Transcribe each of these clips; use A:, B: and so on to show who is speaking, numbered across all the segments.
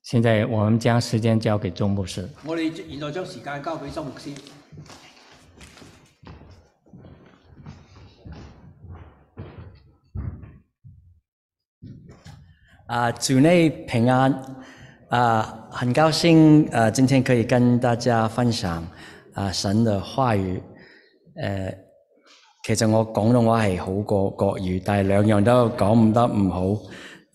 A: 现在我们将时间交给钟牧师。
B: 我哋現在將時間交俾周牧師。
C: 啊，主内平安！啊，很高兴呃，今天可以跟大家分享啊神的话语。呃，其實我廣東話係好過國語，但係兩樣都講唔得唔好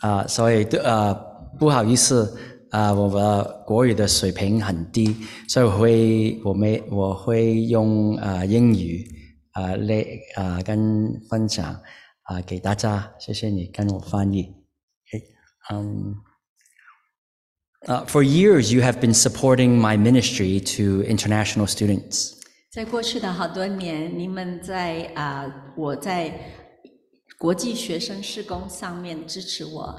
C: 啊，所以都啊不好意思啊，我的國語的水平很低，所以我會我沒我會用啊英語啊嚟啊跟分享啊給大家，謝謝你跟我翻譯。Um, uh, for years, you have been supporting my ministry to international students.
D: 在过去的好多年，你们在啊、我在国际学生施工上面支持我，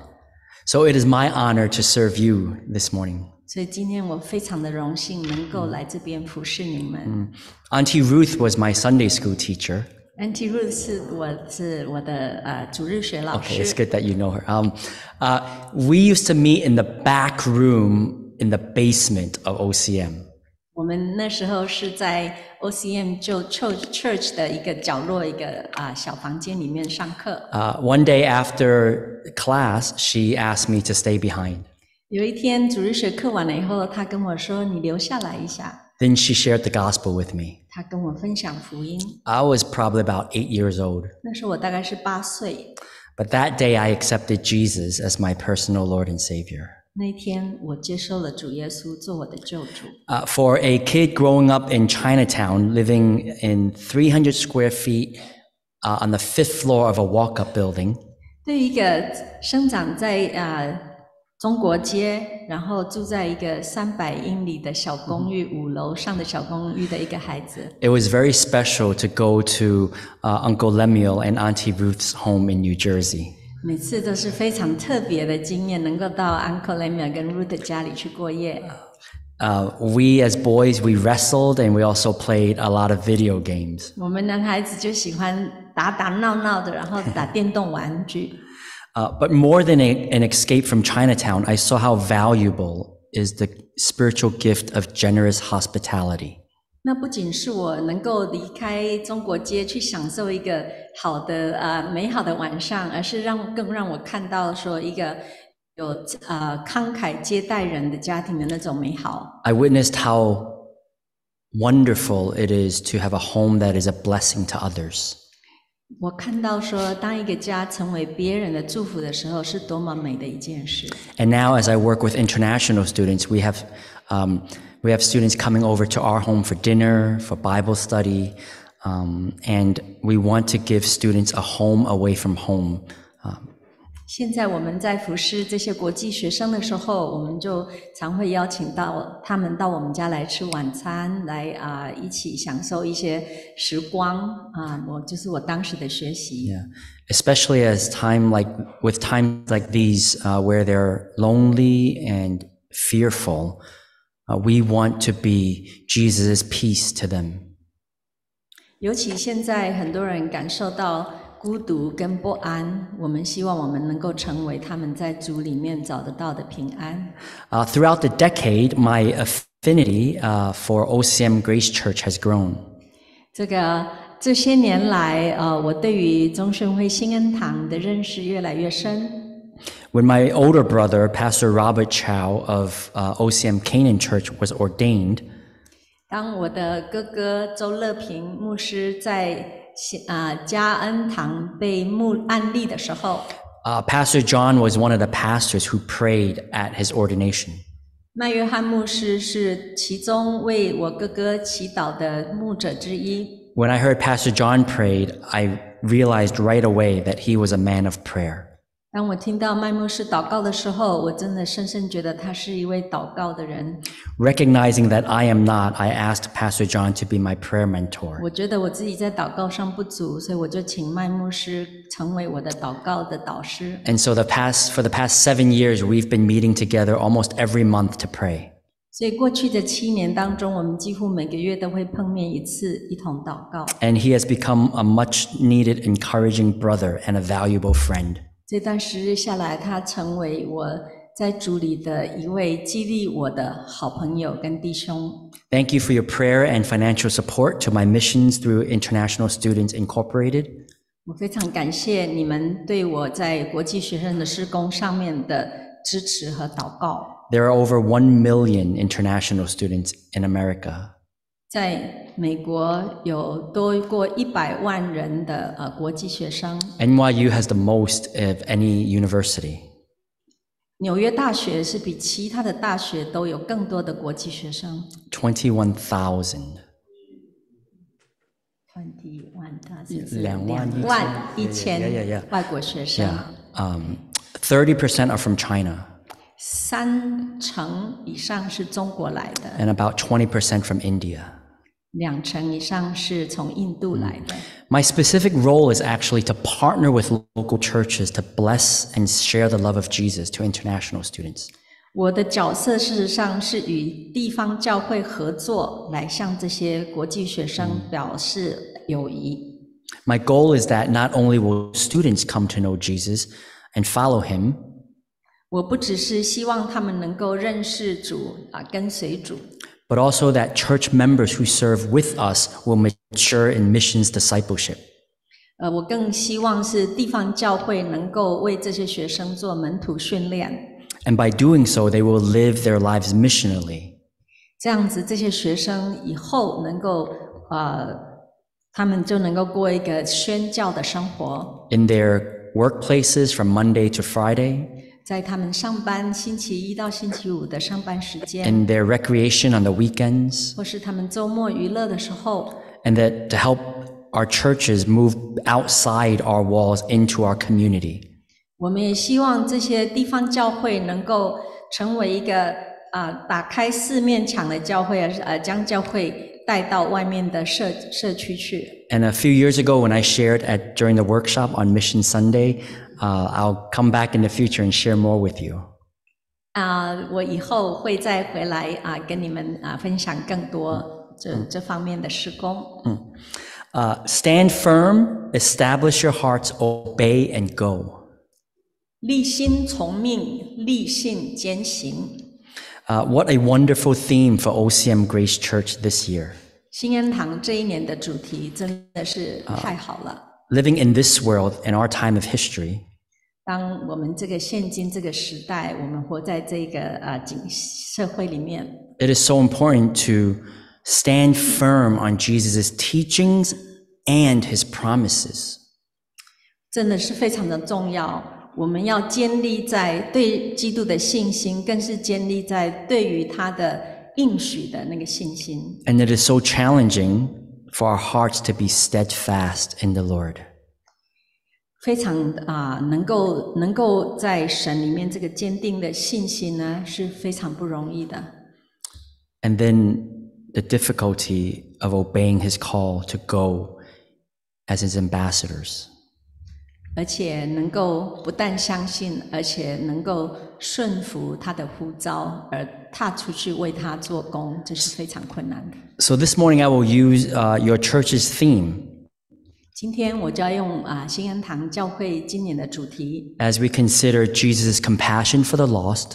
C: So it is my honor to serve you this morning.
D: 所以今天我非常的荣幸能够来这边服侍你们。
C: Auntie Ruth was my Sunday school teacher.
D: Auntie Ruth 是我是我的呃主日学老
C: Okay, it's
D: 师
C: good that you know her. Um, uh, we used to meet in the back room in the basement of OCM.
D: 我们那时候是在 OCM 就 Church Church 的一个角落一个啊、小房间里面上课。
C: Uh, one day after class, she asked me to stay behind.
D: 有一天主日学课完了以后，他跟我说：“你留下来一下。
C: Then she shared the gospel with me. ”
D: 他跟我分享福音。
C: I was probably about eight years old.
D: 那时候我大概是八岁。
C: But that day I accepted Jesus as my personal Lord and Savior.
D: 那天我接受了主耶稣做我的救主。
C: Uh, for a kid growing up in Chinatown, living in 300 square feet uh, on the fifth floor of a walk up building,
D: 对于一个生长在啊、呃中国街，然后住在一个三百英里的小公寓五楼上的小公寓的一个孩子，
C: it was very special to go to uh, Uncle Lemuel and Auntie Ruth's home in New Jersey.
D: 每次都是非常特别的经验，能够到 Uncle Lemmy 跟 Ruth 的家里去过夜。
C: Uh, we, as boys, we wrestled and we also played a lot of video games.
D: 我们男孩子就喜欢打打闹闹的，然后打电动玩具。
C: Uh, but more than a, an escape from Chinatown, I saw how valuable is the spiritual gift of generous hospitality.
D: 那不仅是我能够离开中国街去享受一个好的呃美好的晚上，而是让更让我看到说一个有呃慷慨接待人的家庭的那种美好。
C: I witnessed how wonderful it is to have a home that is a blessing to others.
D: 我看到说，当一个家成为别人的祝福的时候，是多么美的一件事。
C: And now, as I work with international students, we have um, we have students coming over to our home for dinner, for Bible study, um, and we want to give students a home away from home. Um,
D: 现在我们在服侍这些国际学生的时候，我们就常会邀请到他们到我们家来吃晚餐，来啊、一起享受一些时光啊、我就是我当时的学习。
C: Yeah, especially as time like with times like these uh, where they're lonely and fearful, uh, we want to be Jesus' peace to them.
D: 尤其现在很多人感受到孤独跟不安，我们希望我们能够成为他们在主里面找得到的平安。
C: Uh, throughout the decade, my affinity uh, for OCM Grace Church has grown.
D: 这个这些年来，呃，我对于中顺会新恩堂的认识越来越深。
C: When my older brother, Pastor Robert Chow of uh, OCM Canaan Church, was ordained,
D: 当我的哥哥周乐平牧师在西啊嘉恩堂被牧案例的时候，
C: uh, Pastor John was one of the pastors who prayed at his ordination.
D: 麦约翰牧师是其中为我哥哥祈祷的牧者之一。
C: When I heard Pastor John prayed, I realized right away that he was a man of prayer.
D: 当我听到麦牧师祷告的时候，我真的深深觉得他是一位祷告的人。
C: Recognizing that I am not, I asked Pastor John to be my prayer mentor.
D: 我觉得我自己在祷告上不足，所以我就请麦牧师成为我的祷告的导师。
C: And so the past for the past 7 years we've been meeting together almost every month to pray.
D: 所以过去的七年当中，我们几乎每个月都会碰面一次，一同祷告。
C: And he has become a much needed encouraging brother and a valuable friend.
D: 这段时日下来，他成为我在主里的一位激励我的好朋友跟弟兄。
C: Thank you for your prayer and financial support to my missions through International Students Incorporated.
D: 我非常感谢你们对我在国际学生的施工上面的支持和祷告。
C: There are over 1 million international students in America.
D: 在美国有多过一百万人的呃国际学生，
C: NYU has the most of any university.
D: 纽约大学是比其他的大学都有更多的国际学生。
C: 21,000.
D: twenty one
C: 两万
D: 两
C: 一
D: 万一
C: 千
D: 千
C: yeah, yeah, yeah.
D: 外国学生，
C: Yeah. Um, 30% are from China
D: 三成以上是中国来的，
C: and about 20% from India.
D: 两成以上是从印度来的。
C: My specific role is actually to partner with local churches to bless and share the love of Jesus to international students.
D: 我的角色事实上是与地方教会合作，来向这些国际学生表示友谊。
C: My goal is that not only will students come to know Jesus and follow him,
D: 我不只是希望他们能够认识主啊，跟随主，
C: but also that church members who serve with us will mature in missions discipleship.
D: 呃，我更希望是地方教会能够为这些学生做门徒训练。
C: And by doing so, they will live their lives missionally.
D: 这样子，这些学生以后能够呃，他们就能够过一个宣教的生活，
C: in their workplaces from Monday to Friday,
D: 在他们上班星期一到星期五的上班时间，
C: in their recreation on the weekends,
D: 或是他们周末娱乐的时候，
C: and that to help our churches move outside our walls into our community.
D: 我们也希望这些地方教会能够成为一个啊、呃打开四面墙的教会，而是呃，将教会带到外面的社社区去。
C: And a few years ago, when I shared at during the workshop on Mission Sunday, uh, I'll come back in the future and share more with you.
D: 啊、我以后会再回来啊、跟你们啊、分享更多这、这方面的施工。
C: Uh, stand firm, establish your hearts, obey, and go.
D: 立心从命，立信坚行。
C: Uh, what a wonderful theme for OCM Grace Church this year.
D: 新恩堂这一年的主题真的是太好了。
C: Living in this world, in our time of history,
D: 当我们这个现今这个时代，我们活在这个啊景社会里面，
C: it is so important to stand firm on Jesus' teachings and his promises.
D: 真的是非常的重要。我们要建立在对基督的信心，更是建立在对于他的应许的那个信心。
C: And it is so challenging for our hearts to be steadfast in the Lord.
D: 非常啊、能够能够在神里面这个坚定的信心呢，是非常不容易的。
C: And then the difficulty of obeying his call to go as his ambassadors.
D: 而且能够不但相信，而且能够顺服他的呼召，而踏出去为他做工，这是非常困难的。
C: So this morning I will use uh, your church's theme
D: 今天我就要用啊、新恩堂教会今年的主题，
C: as we consider Jesus' compassion for the lost,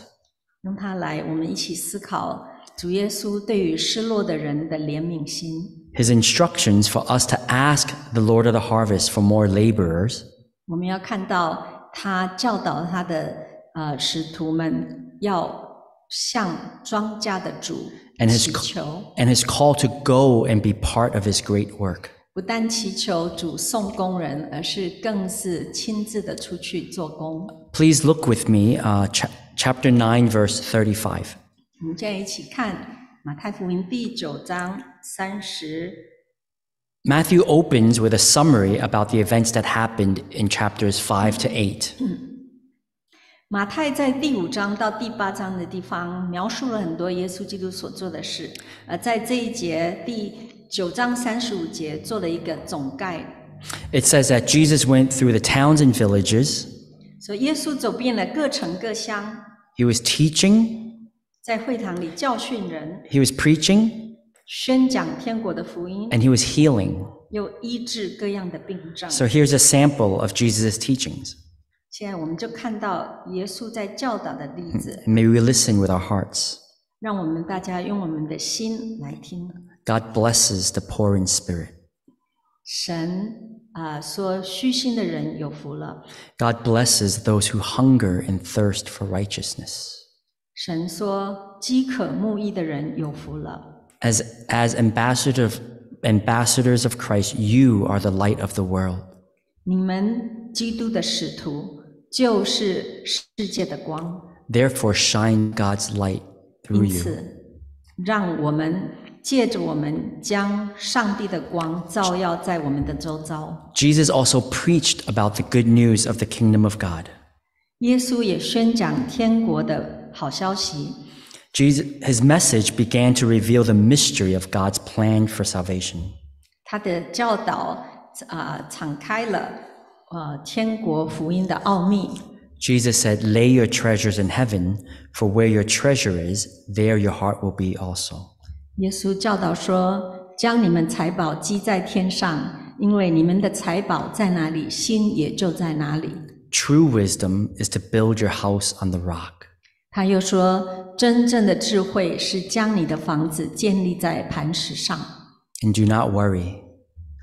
D: 用它来我们一起思考主耶稣对于失落的人的怜悯心。
C: his instructions for us to ask the Lord of the harvest for more laborers.
D: 我们要看到他教导他的呃使徒们要向庄稼的主
C: And his
D: 祈求，
C: and his call to go and be part of his great work.
D: 不但祈求主送工人，而是更是亲自的出去做工。
C: Please look with me, uh, cha- chapter 9, verse 35.
D: 我们现在一起看马太福音第九章三十
C: Matthew opens with a summary about the events that happened in chapters 5 to 8.
D: 马太在第五章到第八章的地方描述了很多耶稣基督所做的事，呃，在这一节第九章三十五节做了一个总概，
C: It says that Jesus went through the towns and villages,
D: 所以耶稣走遍了各城各乡，
C: he was teaching,
D: 在会堂里教训人，
C: he was preaching,
D: 宣讲天国的福音，
C: and he was healing.
D: 又医治各样的病症。
C: So here's a sample of Jesus' teachings.
D: 现在我们就看到耶稣在教导的例子，
C: And may we listen with our hearts.
D: 让我们大家用我们的心来听。
C: God blesses the poor in spirit.
D: 神啊、说虚心的人有福了。
C: God blesses those who hunger and thirst for righteousness.
D: 神说饥渴慕义的人有福了。
C: As, as ambassador of, ambassadors of Christ, you are the light of the world.
D: 你们基督的使徒就是世界的光，
C: Therefore, shine God's light through
D: 因
C: you.
D: 此，让我们借着我们将上帝的光照耀在我们的周遭。
C: Jesus also preached about the good news of the kingdom of God.
D: 耶稣也宣讲天国的好消息，
C: Jesus, his message began to reveal the mystery of God's plan for salvation.
D: 他的教导啊、敞开了呃天国福音的奥秘。
C: Jesus said, Lay your treasures in heaven, for where your treasure is, there your heart will be also.
D: 耶稣教导说：“将你们财宝积在天上，因为你们的财宝在哪里，心也就在哪里。
C: True wisdom is to build your house on the rock. ”
D: 他又说：“真正的智慧是将你的房子建立在磐石上。
C: And do not worry. ”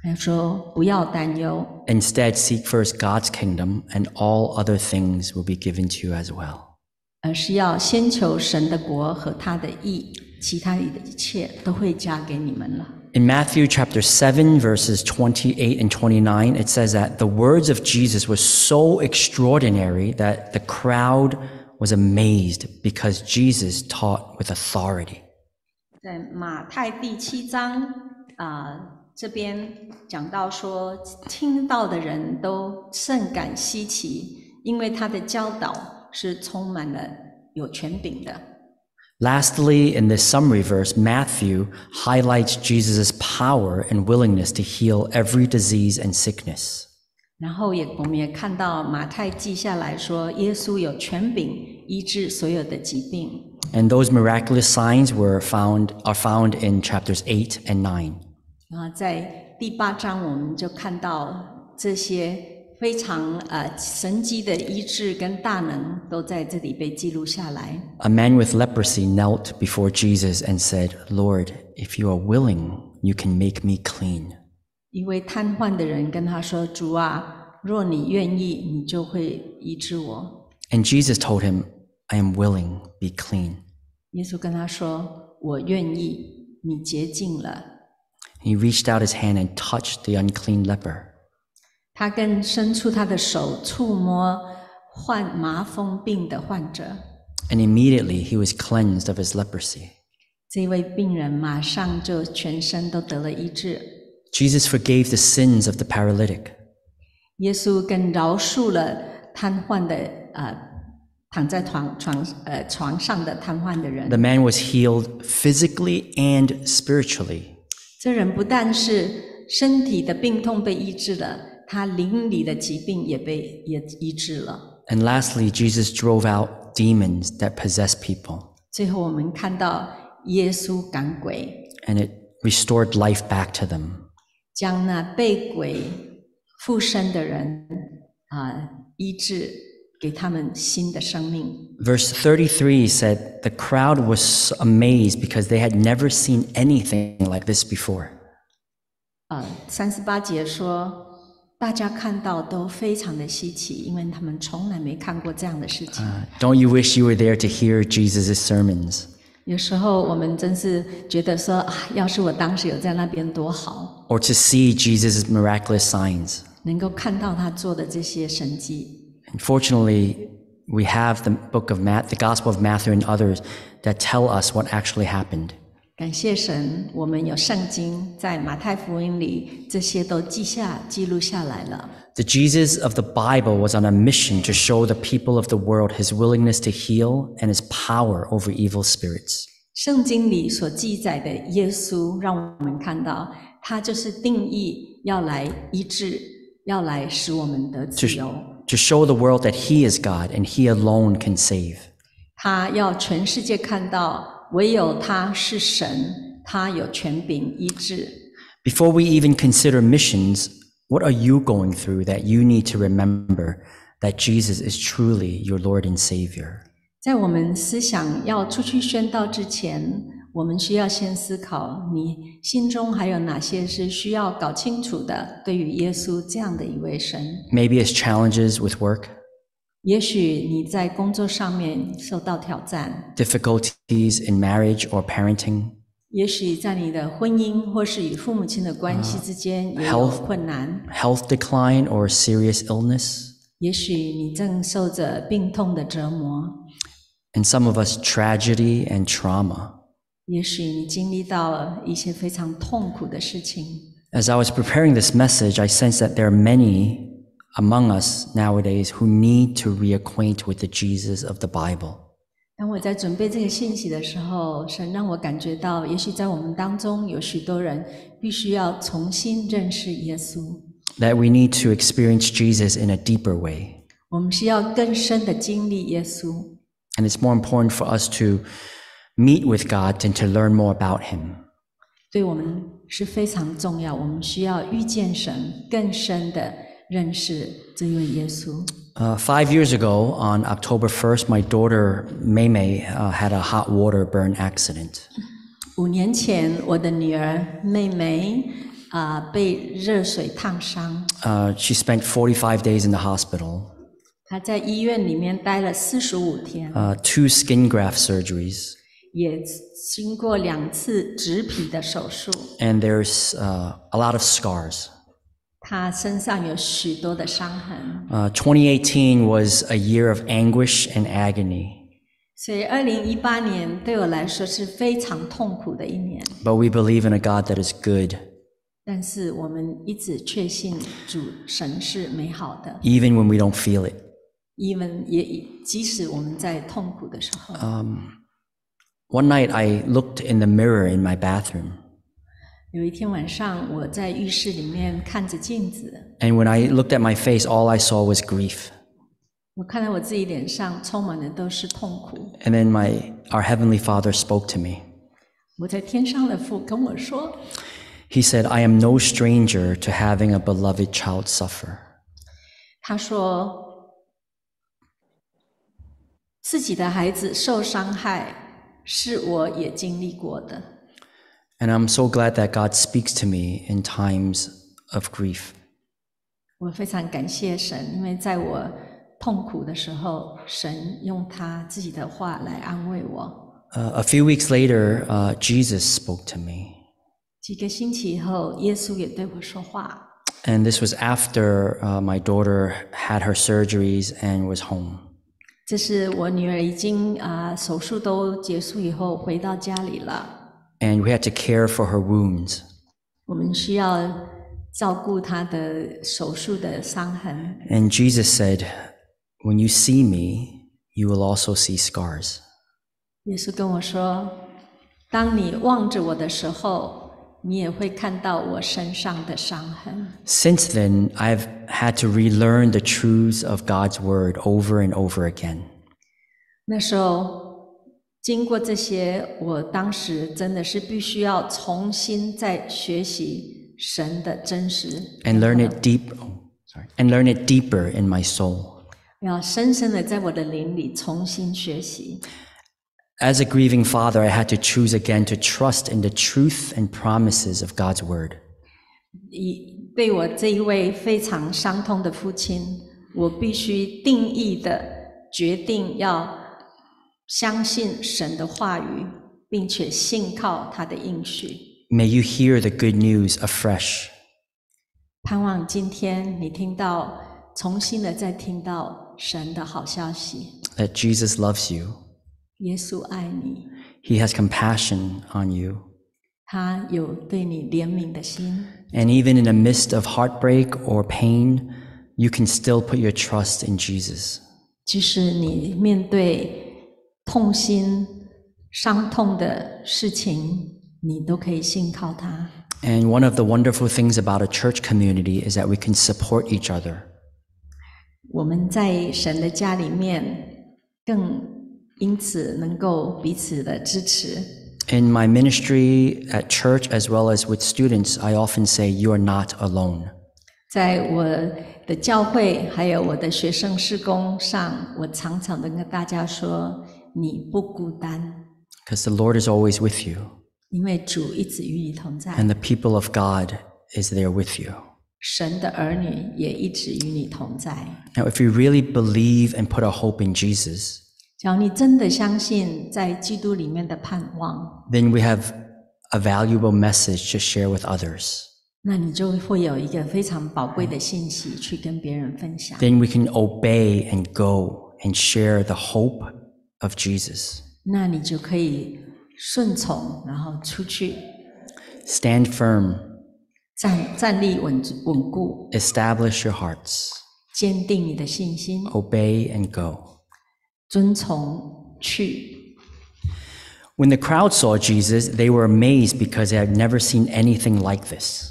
D: 他说：“不要担忧，
C: Instead, seek first God's kingdom, and all other things will be given to you as well.
D: 而是要先求神的国和他的义，其他的一切都会加给你们了。”
C: In Matthew chapter 7, verses 28 and 29, it says that the words of Jesus were so extraordinary that the crowd was amazed because Jesus taught with authority.
D: 在马太第七章啊、这边讲到说，听到的人都甚感稀奇，因为他的教导是充满了有权柄的。
C: Lastly, in this summary verse, Matthew highlights Jesus' power and willingness to heal every disease and sickness.
D: 然后也我们也看到马太记下来说，耶稣有权柄医治所有的疾病，
C: And those miraculous signs were found are found in chapters 8 and 9.
D: 然后啊在第八章我们就看到这些非常呃神迹的医治跟大能都在这里被记录下来。
C: A man with leprosy knelt before Jesus and said, "Lord, if you are willing, you can make me clean."
D: 一位瘫痪的人跟他说：“主啊，若你愿意，你就会医治我。
C: And Jesus told him, "I am willing, be clean." ”
D: 耶稣跟他说：“我愿意，你洁净了。
C: He reached out his hand and touched the unclean leper. ”
D: 他更伸出他的手触摸患麻风病的患者，
C: And immediately he was cleansed of his leprosy.
D: 这位病人马上就全身都得了医治。
C: Jesus forgave the sins of the paralytic.
D: 耶稣更饶恕了瘫痪的呃躺在床床呃床上的瘫痪的人
C: The。man was healed physically and spiritually.
D: 这人不但是身体的病痛被医治了，他灵里的疾病也被也医治了。
C: And lastly, Jesus drove out demons that possess people,
D: 最后我们看到耶稣赶鬼，
C: and it restored life back to them.
D: 将那被鬼附身的人啊、医治，给他们新的生命。
C: Verse 33 said, The crowd was amazed because they had never seen anything like this before.
D: 啊，三十八节说。大家看到都非常的稀奇，因为他们从来没看过这样的事情。
C: Uh, Don't you wish you were there to hear Jesus' sermons?
D: 有时候我们真是觉得说，啊，要是我当时有在那边多好。
C: Or to see Jesus' miraculous signs?
D: 能够看到他做的这些神迹。
C: Unfortunately, we have the book of Matt, the Gospel of Matthew and others that tell us what actually happened.
D: 感谢神，我们有圣经，在马太福音里，这些都记下、记录下来了。
C: The Jesus of the Bible was on a mission to show the people of the world his willingness to heal and his power over evil spirits.
D: 圣经里所记载的耶稣，让我们看到，他就是定义要来医治，要来使我们得自由。
C: to show the world that He is God and He alone can save.
D: 他要全世界看到，唯有他是神，他有权柄医治。
C: Before we even consider missions, what are you going through that you need to remember that Jesus is truly your Lord and Savior.
D: 在我们思想要出去宣道之前，我们需要先思考，你心中还有哪些是需要搞清楚的？对于耶稣这样的一位神，
C: Maybe it's challenges with work,
D: 也许你在工作上面受到挑战，
C: difficulties in marriage or parenting,
D: 也许在你的婚姻或是与父母亲的关系之间也有
C: health
D: 困难，
C: health decline or serious illness,
D: 也许你正受着病痛的折磨，
C: and some of us tragedy and trauma.
D: 也许你经历到了一些非常痛苦的事情。
C: As I was preparing this message, I sense that there are many among us nowadays who need to reacquaint with the Jesus of the Bible.
D: 当我在准备这个信息的时候，神让我感觉到，也许在我们当中有许多人必须要重新认识耶稣，
C: that we need to experience Jesus in a deeper way.
D: 我们需要更深的经历耶稣。
C: And it's more important for us to meet with God than to learn more about Him.
D: 对我们是非常重要，我们需要遇见神，更深的认识这位耶稣。
C: Uh, five years ago, on October 1st, my daughter Mei Mei uh, had a hot water burn accident.
D: 五年前，我的女儿妹妹啊、被热水烫伤，
C: Uh, she spent 45 days in the hospital,
D: 她在医院里面待了四十五天。
C: uh, two skin graft surgeries,
D: 也经过两次植皮的手术，
C: and there's uh, a lot of scars.
D: 他身上有许多的伤痕。
C: Uh, 2018 was a year of anguish and agony,
D: 所以，二零一八年对我来说是非常痛苦的一年。
C: but we believe in a God that is good
D: 但是，我们一直确信主神是美好的
C: even when we don't feel it.
D: ，even 也即使我们在痛苦的时候。
C: Um, one night I looked in the mirror in my bathroom,
D: 有一天晚上，我在浴室里面看着镜子，
C: and when I looked at my face, all I saw was grief.
D: 我看到我自己脸上充满的都是痛苦。
C: And then my our heavenly Father spoke to me.
D: 我在天上的父跟我说，
C: He said, "I am no stranger to having a beloved child suffer."
D: 他说，自己的孩子受伤害是我也经历过的，
C: And I'm so glad that God speaks to me in times of grief.
D: 我非常感谢神，因为在我痛苦的时候，神用他自己的话来安慰我。
C: Uh, a few weeks later, uh, Jesus spoke to me,
D: 几个星期以后，耶稣也对我说话。
C: and this was after uh, my daughter had her surgeries and was home.
D: 这是我女儿已经啊、手术都结束以后回到家里了，
C: and we had to care for her wounds.
D: 我们需要照顾她的手术的伤痕。
C: And Jesus said, When you see me, you will also see scars.
D: 耶稣跟我说：“当你望着我的时候，你也会看到我身上的伤痕。
C: Since then, I've had to relearn the truths of God's word over and over again. ”
D: 那时候，经过这些，我当时真的是必须要重新再学习神的真实，
C: And learn it deep oh, sorry. And learn it deeper in my soul.
D: 要深深的在我的灵里重新学习。
C: As a grieving father, I had to choose again to trust in the truth and promises of God's word.
D: 以对我这一位非常伤痛的父亲，我必须定义的决定要相信神的话语，并且信靠他的应许。
C: May you hear the good news afresh.
D: 盼望今天你听到，重新的再听到神的好消息。
C: That Jesus loves you.
D: 耶稣爱你，
C: He has compassion on you.
D: 他有对你怜悯的心。
C: And even in the midst of heartbreak or pain, you can still put your trust in Jesus.
D: 即使你面对痛心、伤痛的事情，你都可以信靠他。
C: And one of the wonderful things about a church community is that we can support each other.
D: 我们在神的家里面，更因此能够彼此的支持。
C: In my ministry at church, as well as with students, I often say, You are not alone.
D: 在我的教会，还有我的学生事工上，我常常的跟大家说，你不孤单，
C: because the Lord is always with you,
D: 因为主一直与你同在，
C: and the people of God is there with you.
D: 神的儿女也一直与你同在。
C: Now, if we really believe and put our hope in Jesus,
D: 只要你真的相信在基督里面的盼望，
C: then we have a valuable message to share with others.
D: 那你就会有一个非常宝贵的信息去跟别人分享。
C: Then we can obey and go and share the hope of Jesus.
D: 那你就可以顺从，然后出去
C: Stand firm,
D: 站站立稳稳固，
C: establish your hearts,
D: 坚定你的信心，
C: 哦 obey and go.
D: 遵从去。
C: When the crowd saw Jesus, they were amazed because they had never seen anything like this.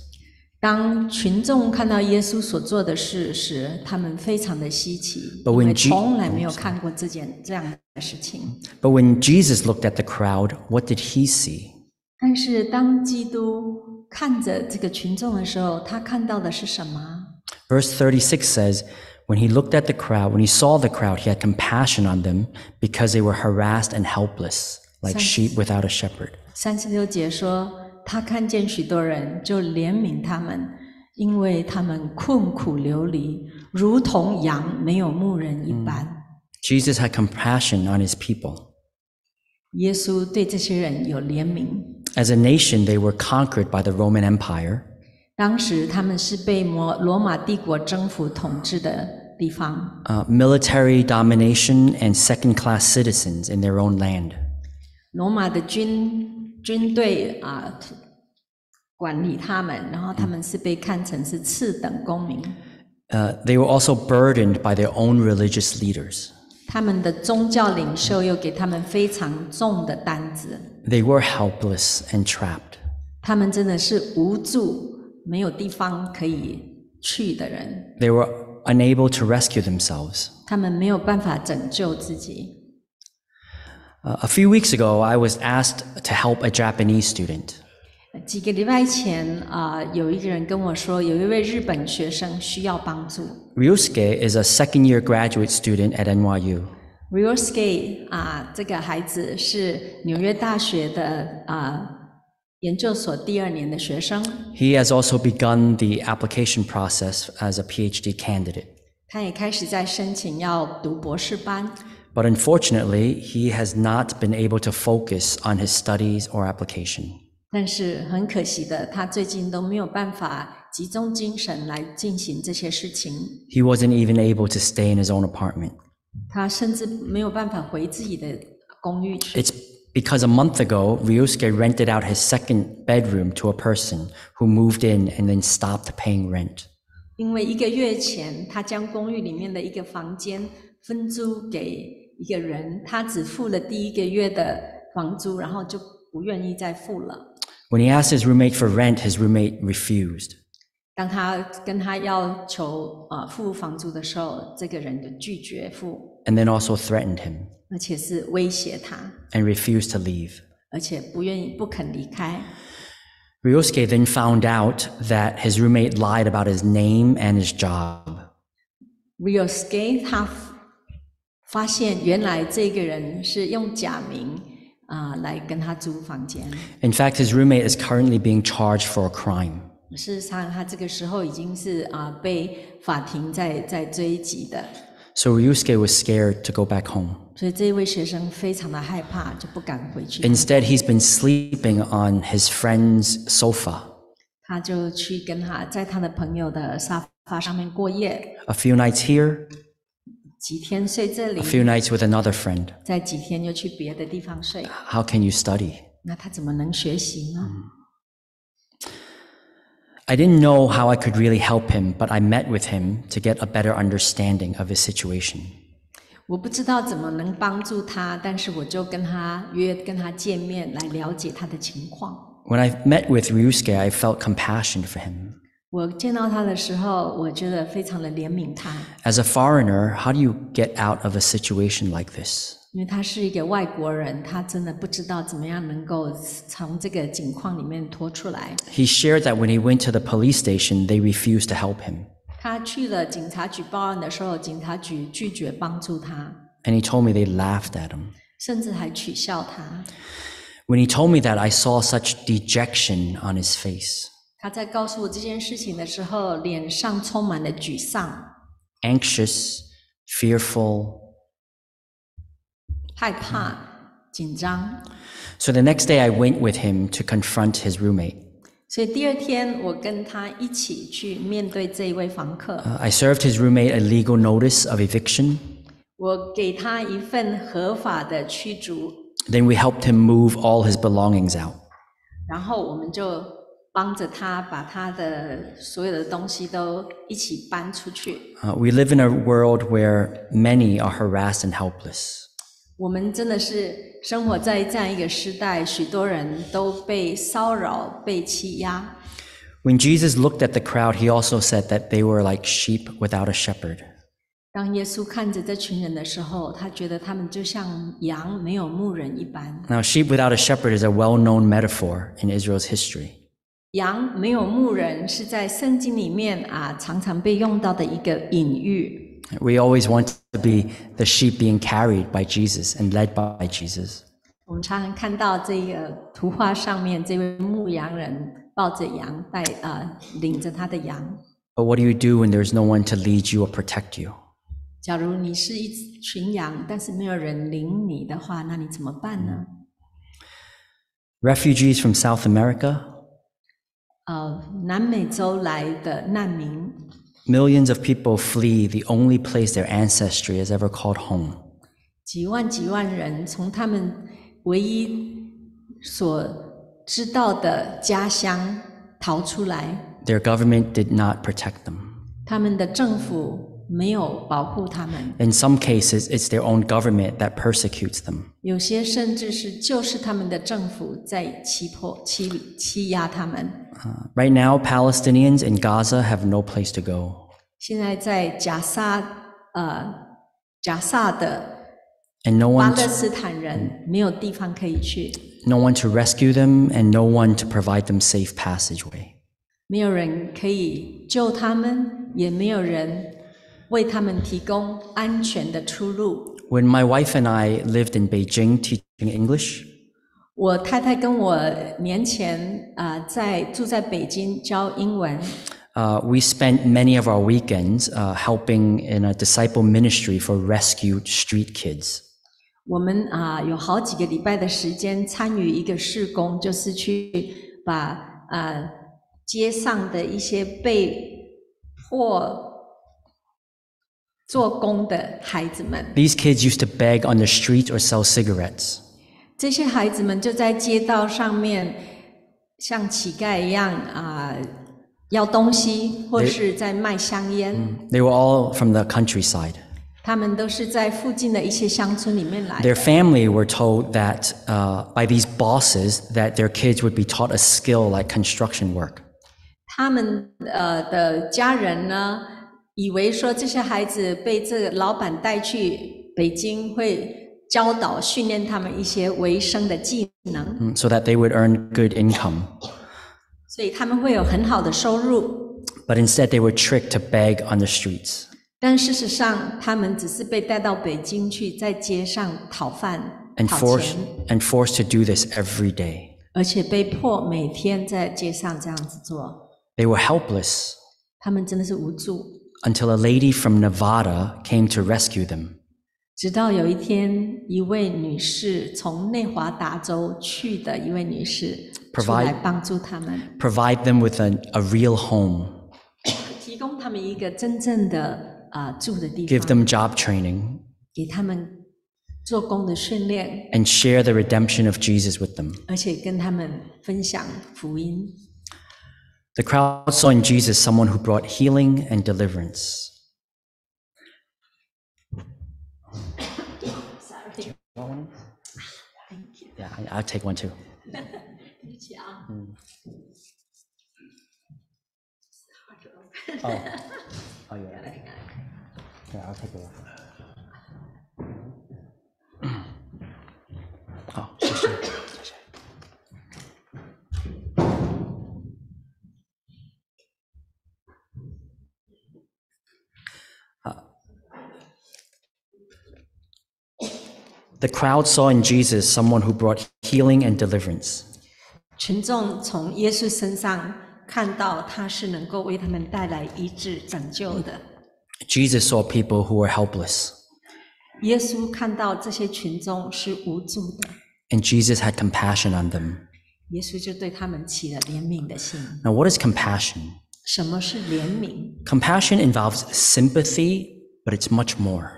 D: 当群众看到耶稣所做的事时，他们非常的稀奇，
C: But
D: 因
C: when 哦
D: 为
C: Je-
D: 从来没有看过这件这样的事情。
C: But when Jesus looked at the crowd, what did he see?
D: 但是当基督看着这个群众的时候，他看到的是什么？
C: Verse 36 says, When he looked at the crowd, when he saw the crowd, he had compassion on them because they were harassed and helpless, like sheep without a shepherd.
D: 三十六节说，他看见许多人，就怜悯他们，因为他们困苦流离，如同羊没有牧人一般。
C: Jesus had compassion on his people.
D: 耶稣对这些人有怜悯。
C: As a nation, they were conquered by the Roman Empire,
D: 当时他们是被摩罗马帝国征服统治的地方，
C: uh, military domination, and second class citizens in their own land.
D: 罗马的军军队啊、管理他们，然后他们是被看成是次等公民。
C: Uh, they were also burdened by their own religious leaders.
D: 他们的宗教领袖又给他们非常重的担子，
C: They were helpless and trapped.
D: 他们真的是无助，没有地方可以去的人，
C: They were unable to rescue themselves.
D: 他们没有办法拯救自己。
C: Uh, a few weeks ago, I was asked to help a Japanese student.
D: 几个礼拜前啊、有一个人跟我说，有一位日本学生需要帮助。
C: Ryusuke is a second year graduate student at NYU.
D: Ryosuke 啊、这个孩子是纽约大学的啊、研究所第二年的学生，
C: He has also begun the application process as a PhD candidate.
D: 他也开始在申请要读博士班。
C: But unfortunately, he has not been able to focus on his studies or application.
D: 但是很可惜的，他最近都没有办法集中精神来进行这些事情。
C: He wasn't even able to stay in his own apartment.
D: 他甚至没有办法回自己的公寓去，
C: It's because a month ago, Ryusuke rented out his second bedroom to a person who moved in and then stopped paying rent.
D: 因为一个月前他将公寓里面的一个房间分租给一个人，他只付了第一个月的房租，然后就不愿意再付了。
C: When he asked his roommate for rent, his roommate refused.
D: 当他跟他要求啊、呃付房租的时候，这个人就拒绝付，
C: and then also threatened him
D: 而且是威胁他，
C: and refused to leave.
D: 而且不愿意不肯离开。
C: Ryosuke then found out that his roommate lied about his name and his job.
D: Ryosuke 他 f- 发现原来这个人是用假名啊、来跟他租房间，
C: In fact, his roommate is currently being charged for a crime.
D: 事实上他这个时候已经是啊、被法庭在在追击的，
C: So Ryosuke was scared to go back home.
D: 所以这位学生非常的害怕，就不敢回去，
C: Instead, he's been sleeping on his friend's sofa.
D: 他就去跟他在他的朋友的沙发上面过夜，
C: A few nights here,
D: 几天睡这里
C: a，few nights with another friend.
D: 再几天又去别的地方睡，
C: How can you study?
D: 那他怎么能学习呢？
C: I didn't know how I could really help him, but I met with him to get a better understanding of his situation.
D: 我不知道怎么能帮助他，但是我就跟他约，跟他见面来了解他的情况。
C: When I met with Ryusuke, I felt compassion for him.
D: 我见到他的时候，我觉得非常的怜悯他，
C: As a foreigner, how do you get out of a situation like this?
D: 因为他是一个外国人，他真的不知道怎么样能够从这个境况里面脱出来。
C: He shared that when he went to the police station, they refused to help him.
D: 他去了警察局报案的时候，警察局拒绝帮助他，
C: And he told me they laughed at him.
D: 甚至还取笑他。
C: When he told me that, I saw such dejection on his face,
D: 他在告诉我这件事情的时候，脸上充满了沮丧、
C: anxious, fearful.
D: 害怕、紧张。
C: So the next day, I went with him to confront his roommate.
D: 所以第二天，我跟他一起去面对这一位房客，
C: Uh, I served his roommate a legal notice of eviction.
D: 我给他一份合法的驱逐，
C: Then we helped him move all his belongings out.
D: 然后我们就帮着他把他的所有的东西都一起搬出去。
C: Uh, we live in a world where many are harassed and helpless.
D: 我们真的是生活在这样一个时代，许多人都被骚扰、被欺压。
C: When Jesus looked at the crowd, he also said that they were like sheep without a shepherd.
D: 当耶稣看着这群人的时候，他觉得他们就像羊没有牧人一般。
C: Now, sheep without a shepherd is a well known metaphor in Israel's history.
D: 羊没有牧人是在圣经里面啊常常被用到的一个隐喻。
C: We always want to be the sheep being carried by Jesus and led by Jesus.
D: 我们常常看到这个图画上面这位牧羊人抱着羊带啊、领着他的羊。
C: But what do you do when there's no one to lead you or protect you?
D: 假如你是一群羊，但是没有人领你的话，那你怎么办呢？
C: Refugees from South America,
D: 呃，南美洲来的难民，
C: millions of people flee the only place their ancestry has ever called home.
D: 几万几万人从他们唯一所知道的家乡逃出来，
C: Their government did not protect them.
D: 他们的政府没有保护他们，
C: In some cases, it's their own government that persecutes them.
D: 有些甚至是就是他们的政府在欺迫、欺欺压他们。
C: Uh, right now, Palestinians in Gaza have no place to go,
D: 现在在加沙，呃，加沙的
C: and no
D: 巴
C: one,
D: 勒斯坦人没有地方可以去，
C: no one to rescue them, and no one to provide them safe passageway.
D: 没有人可以救他们，也没有人为他们提供安全的出路。
C: When my wife and I lived in Beijing teaching English,
D: 我太太跟我年前啊、呃在住在北京教英文，
C: uh, we spent many of our weekends uh, helping in a disciple ministry for rescued street kids.
D: 我们啊、有好几个礼拜的时间参与一个事工，就是去把啊、呃街上的一些被迫做工的孩子们，
C: These kids used to beg on the street or sell cigarettes.
D: 这些孩子们就在街道上面像乞丐一样啊、要东西，或是在卖香烟。
C: They were all from the countryside.
D: 他们都是在附近的一些乡村里面来的
C: Their family were told that uh, by these bosses that their kids would be taught a skill like construction work.
D: 他们呃的家人呢，以为说这些孩子被这个老板带去北京，会教导训练他们一些维生的技能，
C: mm, So that they would earn good income.
D: 所以他们会有很好的收入。
C: But instead, they were tricked to beg on the streets.
D: 但事实上，他们只是被带到北京去，在街上讨饭、
C: and
D: 讨
C: forced
D: 钱，
C: and forced to do this every day.
D: 而且被迫每天在街上这样子做。
C: They were helpless
D: 他们真的是无助。
C: until a lady from Nevada came to rescue them.
D: 直到有一天，一位女士从内华达州去的一位女士
C: Provide-
D: 出来帮助他们，
C: Provide them with a, a real home,
D: 提供他们一个真正的啊、呃住的地
C: give
D: 方，
C: them job training,
D: 给他们做工的训练，
C: and share the redemption of Jesus with them.
D: 而且跟他们分享福音。
C: The crowd saw in Jesus someone who brought healing and deliverance. Yeah, I- I'll take one too. 嗯。Oh. Oh, yeah. Yeah, I'll take it off. 好，谢谢，谢谢。 The crowd saw in Jesus someone who brought healing and deliverance.
D: 群众从耶稣身上看到他是能够为他们带来医治、拯救的。
C: 嗯 Jesus saw people who were helpless,
D: 耶稣看到这些群众是无助的，
C: and Jesus had compassion on them.
D: 耶稣就对他们起了怜悯的心。
C: Now, what is compassion?
D: 什么是怜悯？
C: Compassion involves sympathy, but it's much more.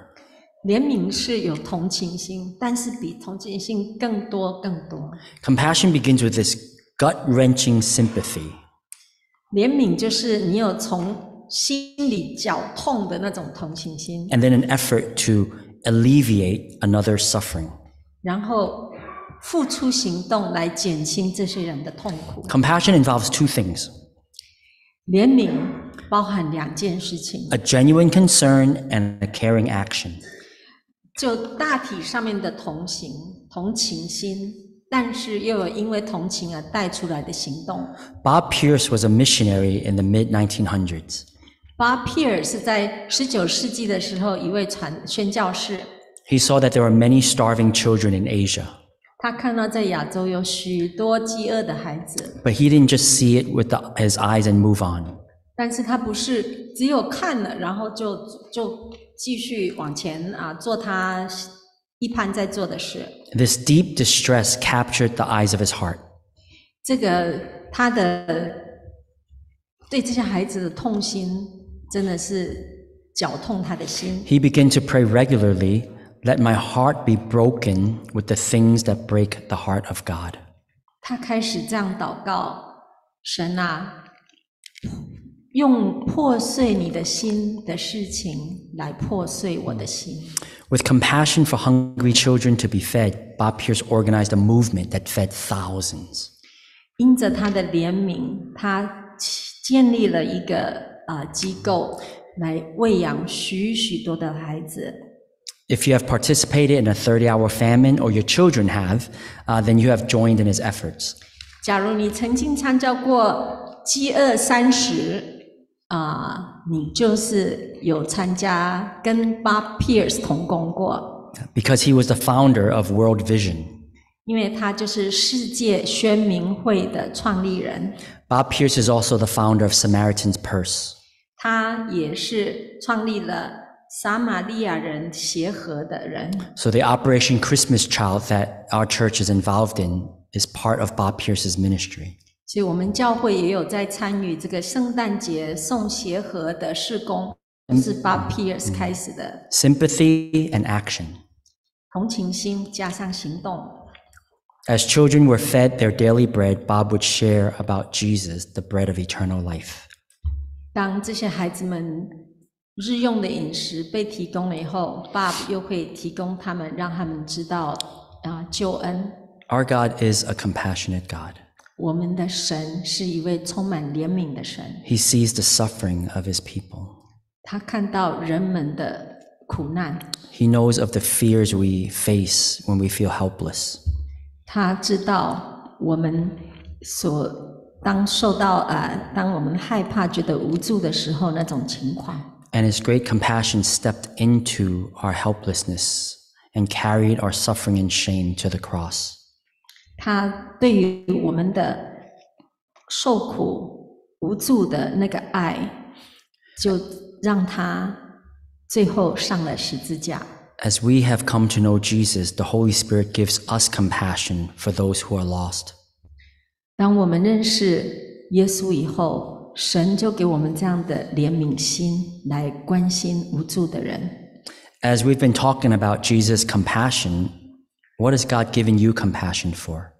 D: 怜悯是有同情心，但是比同情心更多更多。
C: Compassion begins with this gut wrenching sympathy.
D: 怜悯就是你有从心里绞痛的那种同情心，
C: and then an effort to alleviate another suffering.
D: 然后付出行动来减轻这些人的痛苦。
C: Compassion involves two things
D: 怜悯包含两件事情，
C: a genuine concern and a caring action.
D: 就大体上面的同情、同情心，但是又有因为同情而带出来的行动。
C: Bob Pierce was a missionary in the mid 1900s.
D: 巴皮尔是在十九世纪的时候一位传宣教士，
C: He saw that there were many starving children in Asia,
D: 他看到在亚洲有许多饥饿的孩子，
C: but he didn't just see it with the, his eyes and move on.
D: 但是他不是只有看了，然后就就继续往前啊，做他一般在做的事。
C: This deep distress captured the eyes of his heart.
D: 这个他的对这些孩子的痛心，真的是绞痛他的心。
C: He began to pray regularly, let my heart be broken with the things that break the heart of God.
D: 他开始这样祷告：神啊，用破碎你的心的事情来破碎我的心。
C: With compassion for hungry children to be fed, Bob Pierce organized a movement that fed thousands.
D: 因着他的怜悯，他起建立了一个呃机构来喂养许许多的孩子。
C: If you have participated in a 30 hour famine, or your children have, uh, then you have joined in his efforts.
D: 假如你曾经参加过饥饿三十，啊，你就是有参加跟 Bob Pierce 同工过，
C: Because he was the founder of World Vision,
D: 因为他就是世界宣明会的创立人，
C: Bob Pierce is also the founder of Samaritan's Purse.
D: 他也是创立了撒玛利亚人协和的人。
C: So the Operation Christmas Child that our church is involved in is part of Bob Pierce's ministry.
D: 所以我们教会也有在参与这个圣诞节送鞋盒的事工，是 Bob Pierce 开始的，
C: Sympathy and action.
D: 同情心加上行动。
C: As children were fed their daily bread, Bob would share about Jesus, the bread of eternal life.
D: 当这些孩子们日用的饮食被提供了以后，Bob 又会提供他们，让他们知道啊、救恩。
C: Our God is a compassionate God.
D: 我们的神是一位充满怜悯的神，
C: He sees the suffering of his people.
D: 他看到人们的苦难，
C: He knows of the fears we face when we feel helpless.
D: 他知道我们所当受到啊、当我们害怕、觉得无助的时候那种情况，
C: And his great compassion stepped into our helplessness and carried our suffering and shame to the cross.
D: 他对于我们的受苦、无助的那个爱，就让他最后上了十字架。
C: As we have come to know Jesus, the Holy Spirit gives us compassion for those who are lost.
D: 当我们认识耶稣以后，神就给我们这样的怜悯心来关心无助的人。
C: As we've been talking about Jesus' compassion, what has God given you compassion for?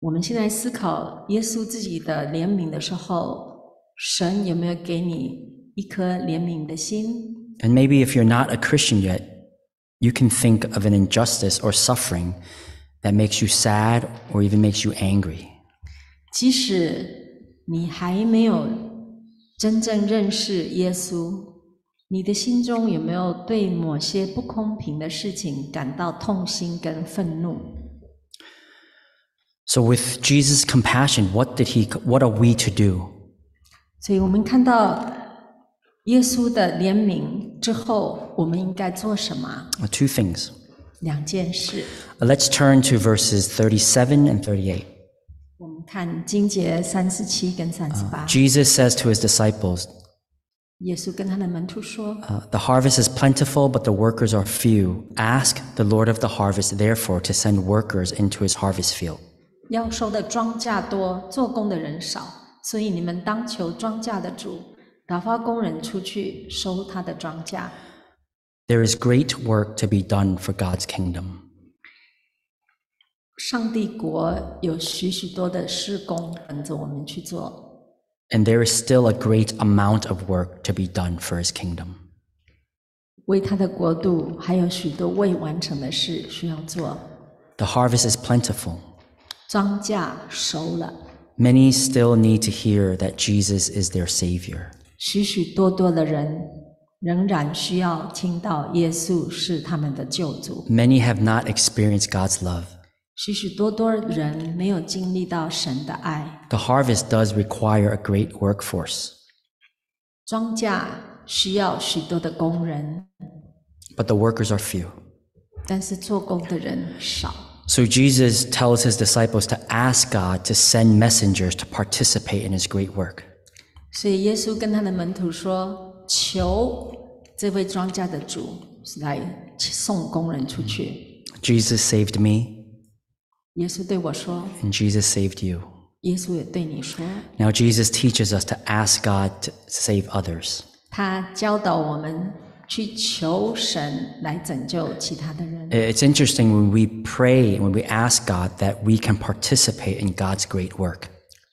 D: 我们现在思考耶稣自己的怜悯的时候，神有没有给你一颗怜悯的心？
C: And maybe if you're not a Christian yet, you can think of an injustice or suffering that makes you sad or even makes you angry.
D: 即使你还没有真正认识耶稣，你的心中有没有对某些不公平的事情感到痛心跟愤怒？
C: So with Jesus' compassion, what did he what are we to do?
D: 所以我们看到耶稣的怜悯之后，我们应该做什么？
C: Uh, Two things.
D: 两件事。
C: Let's turn to verses 37 and 38.
D: 我们看经节三十七跟三十
C: 啊
D: 八，
C: Jesus says to his disciples,
D: 耶稣跟他的门徒说
C: uh, The harvest is plentiful, but the workers are few. Ask the Lord of the harvest, therefore, to send workers into his harvest field.
D: 要收的庄稼多，做工的人少，所以你们当求庄稼的主，打发工人出去收他的庄稼。
C: There is great work to be done for God's kingdom.
D: 上帝国有许许多的施工等着我们去做，
C: And there is still a great amount of work to be done for his kingdom.
D: 为他的国度还有许多未完成的事需要做。
C: The harvest is plentiful.
D: 庄稼熟了，
C: Many still need to hear that Jesus is their Savior.
D: 许许多多的人仍然需要听到耶稣是他们的救主，
C: Many have not experienced God's love.
D: 许许多多人没有经历到神的爱，
C: The harvest does require a great workforce,
D: 庄稼需要许多的工人，
C: but the workers are few.
D: 但是做工的人少。
C: So Jesus tells his disciples to ask God to send messengers to participate in his great work.
D: 所以耶稣跟他的门徒说：“求这位庄稼的主来送工人出去。
C: Jesus saved me, ”
D: 耶稣对我说
C: and Jesus saved you.：“
D: 耶稣也对你说，
C: Now, Jesus teaches us to ask God to save others.
D: 他教导我们去求神来拯救其他的人。
C: It's interesting when we pray and when we ask God that we can participate in God's great work.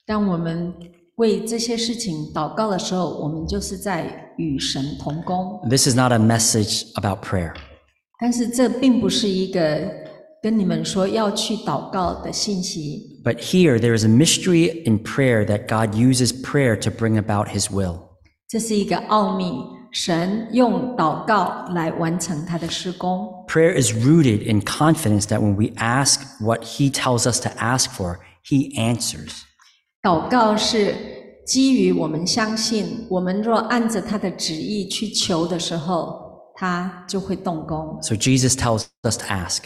D: 当我们为这些事情祷告的时候，我们就是在与神同工。
C: This is not a message about prayer.
D: 但是这并不是一个跟你们说要去祷告的信息。
C: But here, there is a mystery in prayer that God uses prayer to bring about his will.
D: 这是一个奥秘，神用祷告来完成他的施工。
C: Prayer is rooted in confidence that when we ask what he tells us to ask for, he answers.
D: 祷告是基于我们相信，我们若按着他的旨意去求的时候，他就会动工。
C: So Jesus tells us to ask,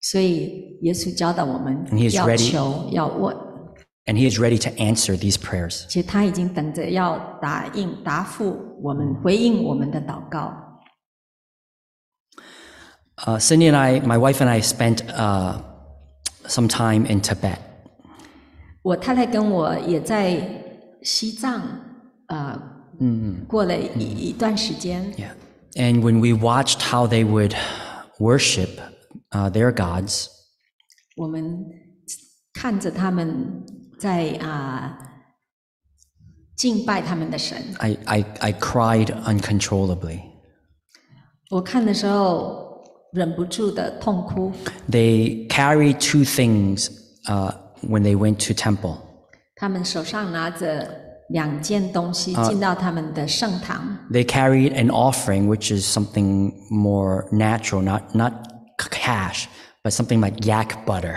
D: 所以耶稣教导我们
C: He is
D: 要
C: ready.
D: 求要问，
C: and he is ready to answer these prayers.
D: 其实他已经等着要答应答复我们，回应我们的祷告。
C: Uh, Cindy and I, my wife and I, spent uh, some time in Tibet.
D: 我太太跟我也在西藏，呃，嗯，过了一一段时间。
C: Yeah. And when we watched how they would worship uh, their gods,
D: 我们看着他们在啊、敬拜他们的神，
C: I, I, I cried uncontrollably.
D: 我看的时候忍不住的痛哭。
C: They carried two things uh, when they went to temple.
D: 他们手上拿着两件东西进到他们的圣堂，
C: They carried an offering, which is something more natural, not not c- cash, but something like yak butter.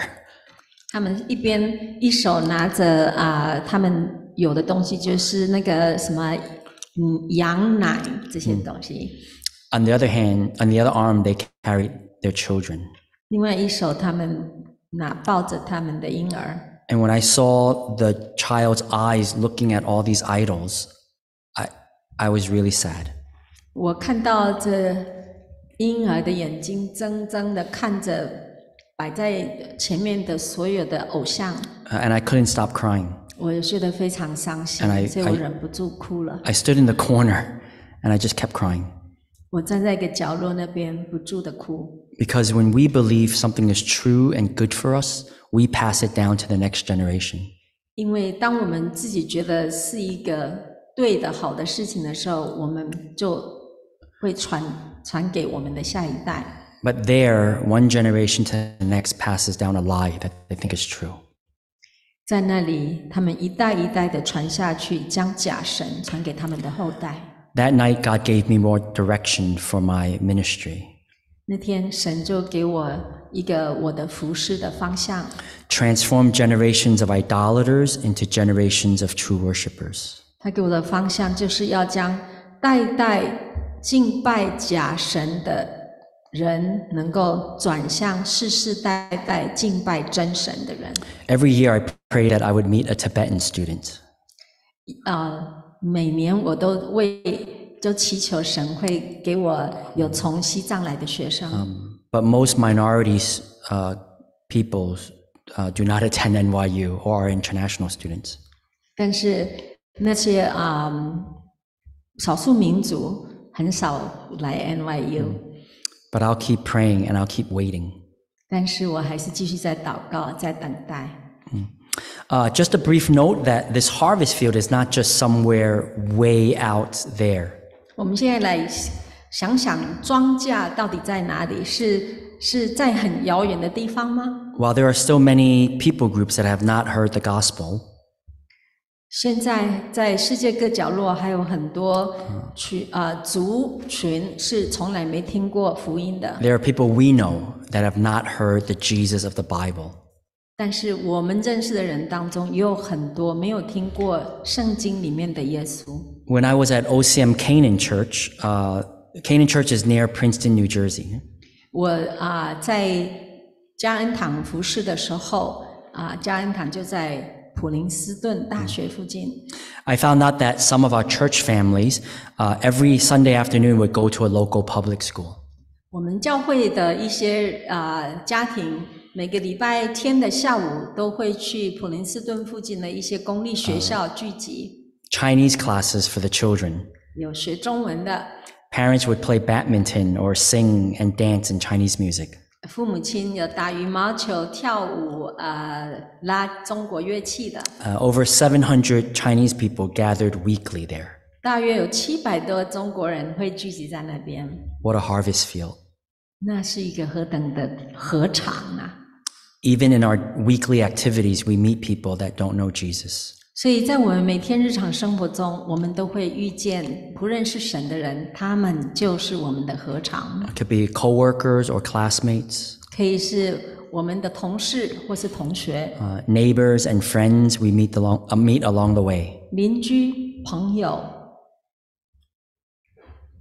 D: 他们一边一手拿着啊、他们有的东西就是那个什么嗯羊奶这些东
C: 嗯
D: 西，
C: On the other hand, on the other arm, they carried their children.
D: 另外一手他们拿抱着他们的婴儿。
C: And when I saw the child's eyes looking at all these idols, I, I was really sad.
D: 我看到这婴儿的眼睛怔怔的看着摆在前面的所有的偶像，
C: Uh, And I couldn't stop crying.
D: 我觉得非常伤心
C: And I-
D: 所以
C: I-
D: 我忍不住哭了。
C: I stood in the corner and I just kept crying.
D: 我站在一个角落那边不住的哭，
C: Because when we believe something is true and good for us, we pass it down to the next generation.
D: 因为当我们自己觉得是一个对的好的事情的时候，我们就会传传给我们的下一代。
C: But there, one generation to the next passes down a lie that they think is true.
D: 在那里，他们一代一代的传下去，将假神传给他们的后代。
C: That night, God gave me more direction for my ministry.
D: 那天神就给我一个我的服饰的方向，
C: Transform generations of idolaters into generations of true worshipers.
D: 他给我的方向就是要将代代敬拜假神的人能够转向世世代代敬拜真神的人。
C: Every year, I pray that I would meet a Tibetan student.
D: 呃，每年我都为就祈求神会给我有从西藏来的学生，
C: 嗯 But most minorities, uh, peoples, uh, do not attend NYU or are international students.
D: 但是那些啊、嗯少数民族很少来 NYU，、
C: But I'll keep praying and I'll keep waiting.
D: 但是我还是继续在祷告，在等待。
C: Uh, just a brief note that this harvest field is not just somewhere way out there.
D: 我们现在来想想庄稼到底在哪里？是是在很遥远的地方吗？
C: While there are still many people groups that have not heard the gospel,
D: 现在在世界各角落还有很多群啊、呃族群是从来没听过福音的，
C: there are people we know that have not heard the Jesus of the Bible.
D: 但是我们认识的人当中也有很多没有听过圣经里面的耶稣。
C: When I was at OCM Canaan Church, uh, Canaan Church is near Princeton, New Jersey.
D: 我啊、在加恩堂服侍的时候啊、加恩堂就在普林斯顿大学附近。
C: I found out that some of our church families uh, every Sunday afternoon would go to a local public school.
D: 我们教会的一些呃家庭，每个礼拜天的下午都会去普林斯顿附近的一些公立学校聚集，
C: Chinese classes for the children.
D: 有学中文的，
C: Parents would play badminton or sing and dance in Chinese music.
D: 父母亲有打羽毛球、跳舞、呃拉中国乐器的，
C: Uh, over 700 Chinese people gathered weekly there.
D: 大约有七百多中国人会聚集在那边，
C: What a harvest field.
D: 那是一个何等的合场啊！
C: Even in our weekly activities, we meet people that don't know Jesus.
D: 所以在我们每天日常生活中，我们都会遇见不认识神的人，他们就是我们的啊合场。
C: It could be coworkers or classmates,
D: 可以是我们的同事或是同学、
C: uh, neighbors and friends we meet along, uh, meet along the way.
D: 邻居、朋友。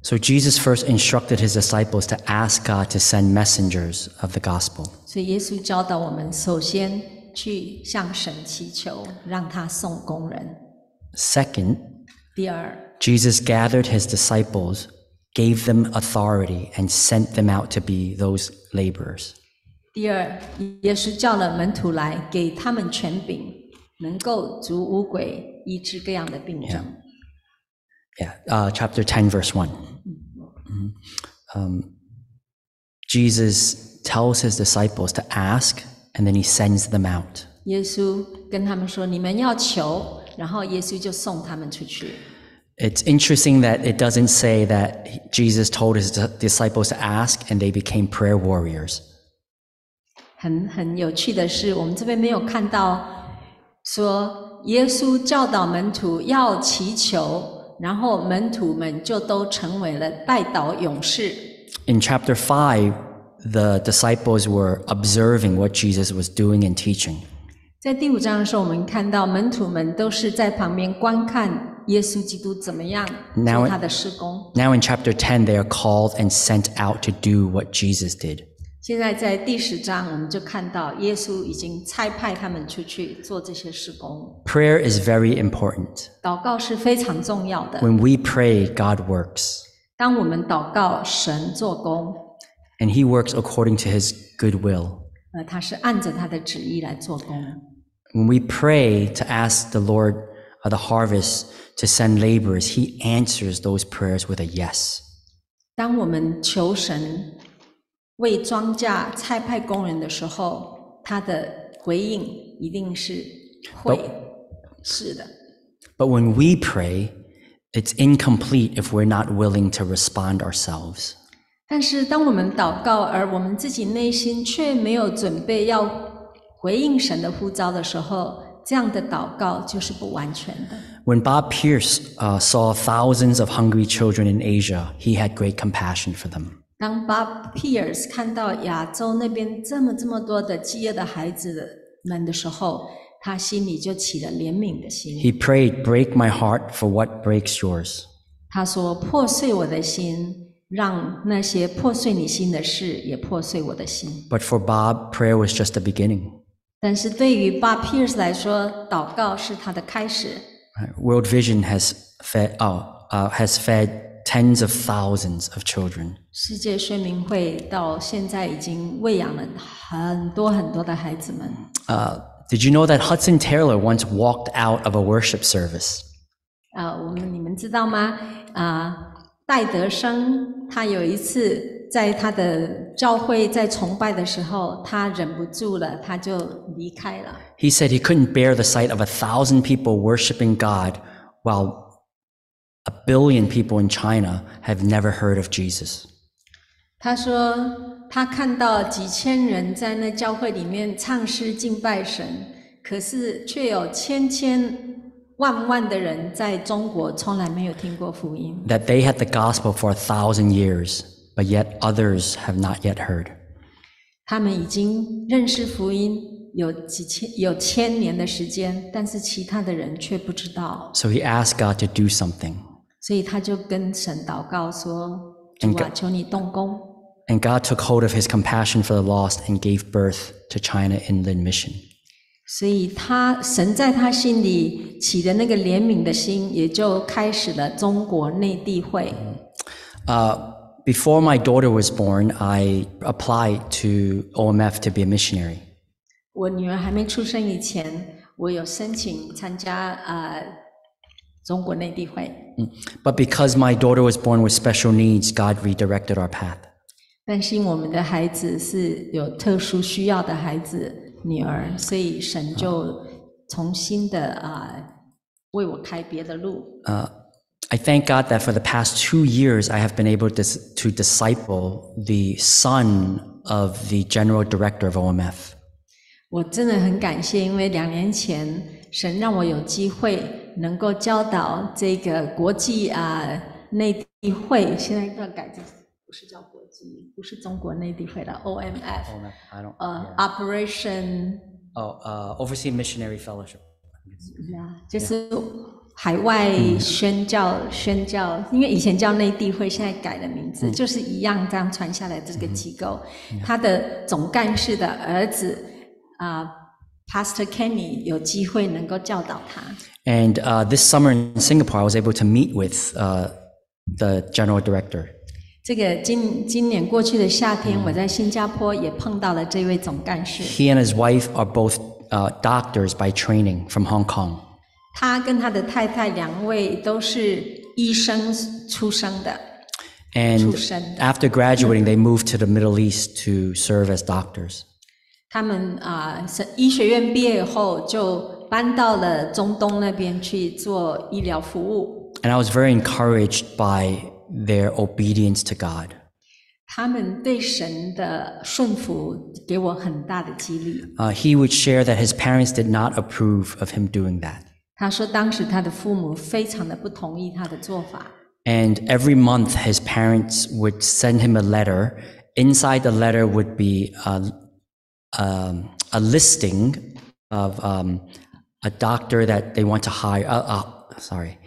C: So Jesus first instructed his disciples to ask God to send messengers of the gospel.
D: 所以耶稣教导我们，首先去向神祈求，让他送工人。
C: Second,
D: 第二，
C: Jesus gathered his disciples, gave them authority, and sent them out to be those laborers.
D: 第二，耶稣叫了门徒来，给他们权柄，能够逐污鬼，医治各样的病症。
C: Yeah, uh, chapter 10, verse 1. Mhm. Um, Jesus tells his disciples to ask, and then he sends them out.
D: 耶稣跟他们说：“你们要求。”然后耶稣就送他们出去。
C: It's interesting that it doesn't say that he- Jesus told his di- disciples to ask and they became prayer warriors.
D: 很很有趣的是，我们这边没有看到说耶稣教导门徒要祈求，然后门徒们就都成为了拜祷勇士。
C: In chapter 5, the disciples were observing what Jesus was doing and teaching.
D: 在第五章的时候，我们看到门徒们都是在旁边观看耶稣基督怎么样做他的施工。
C: Now in chapter 10, they are called and sent out to do what Jesus did.
D: 现在在第十章，我们就看到耶稣已经差派他们出去做这些施工。
C: Prayer is very important.
D: 祷告是非常重要的。
C: When we pray, God works,
D: 当我们祷告，神做工，
C: and He works according to His good will.
D: 呃，他是按着他的旨意来做工。
C: When we pray to ask the Lord of the harvest to send laborers, He answers those prayers with a yes.
D: 当我们求神为庄稼差派工人的时候，他的回应一定是会是的。
C: But when we pray, it's incomplete if we're not willing to respond ourselves.
D: 但是，当我们祷告，而我们自己内心却没有准备要回应神的呼召的时候，这样的祷告就是不完全的。
C: When Bob Pierce uh, saw thousands of hungry children in Asia, he had great compassion for them.
D: 当 Bob Pierce 看到亚洲那边这么这么多的饥饿的孩子们的时候，他心里就起了怜悯的心。
C: He prayed, Break my heart for what breaks yours.
D: 他说：“破碎我的心，让那些破碎你心的事也破碎我的心。
C: But for Bob, prayer was just the beginning.
D: 但是对于 Bob Pierce 来说，祷告是他的开始。
C: Right? World Vision has fed, oh, uh, has fed tens of thousands of children.
D: 世界睡眠会到现在已经喂养了很多很多的孩子们。
C: Uh, did you know that Hudson Taylor once walked out of a worship service?
D: 啊，我们你们知道吗？啊、戴德生他有一次在他的教会在崇拜的时候，他忍不住了，他就离开了。
C: He said he couldn't bear the sight of a thousand people worshiping God while a billion people in China have never heard of Jesus.
D: 他说他看到几千人在那教会里面唱诗敬拜神，可是却有千千万万的人在中国从来没有听过福音。
C: That they had the gospel for a thousand years, but yet others have not yet heard.
D: 他们已经认识福音有几千有千年的时间，但是其他的人却不知道，
C: So he asked God to do something.
D: 所以他就跟神祷告说：“
C: 嗯
D: 主啊，求你动工。
C: And God took hold of his compassion for the lost and gave birth to China Inland Mission. ”
D: 所以他神在他心里起的那个怜悯的心，也就开始了中国内地会。
C: Uh, before my daughter was born, I applied to OMF to be a missionary.
D: 我女儿还没出生以前，我有申请参加呃中国内地会，
C: But because my daughter was born with special needs, God redirected our path.
D: 但是因为我们的孩子是有特殊需要的孩子女儿，所以神就重新的啊、为我开别的路。
C: Uh, I thank God that for the past two years, I have been able to, to disciple the son of the general director of OMF.
D: 我真的很感谢，因为两年前神让我有机会能够教导这个国际啊、内地会，现在要改成不是叫国际，不是中国内地会了，OMF，
C: I don't.
D: 呃、o p e r a t i o n
C: Oh, uh, Overseas Missionary Fellowship.
D: 就是海外宣教、宣教，因为以前叫内地会，现在改了名字，就是一样这样传下来这个机构。他的总干事的儿子啊、p a s t o r Kenny 有机会能够教导他。
C: And uh, this summer in Singapore, I was able to meet with uh, the general director.
D: 这个今今年过去的夏天，我在新加坡也碰到了这位总干事，
C: He and his wife are both uh, doctors by training from Hong Kong.
D: 他跟他的太太两位都是医生出生的。
C: And
D: Tuition.
C: after graduating, they moved to the Middle East to serve as doctors.
D: 他们啊，是、医学院毕业后就搬到了中东那边去做医疗服务。
C: And I was very encouraged by their obedience to God.
D: 他们对神的顺服给我很大的激励。
C: Uh, he would share that his parents did not approve of him doing that.
D: 他说，当时他的父母非常的不同意他的做法，
C: And every month, his parents would send him a letter. Inside the letter would be a, um, a listing of um, a doctor that they want to hire. Uh, uh, sorry,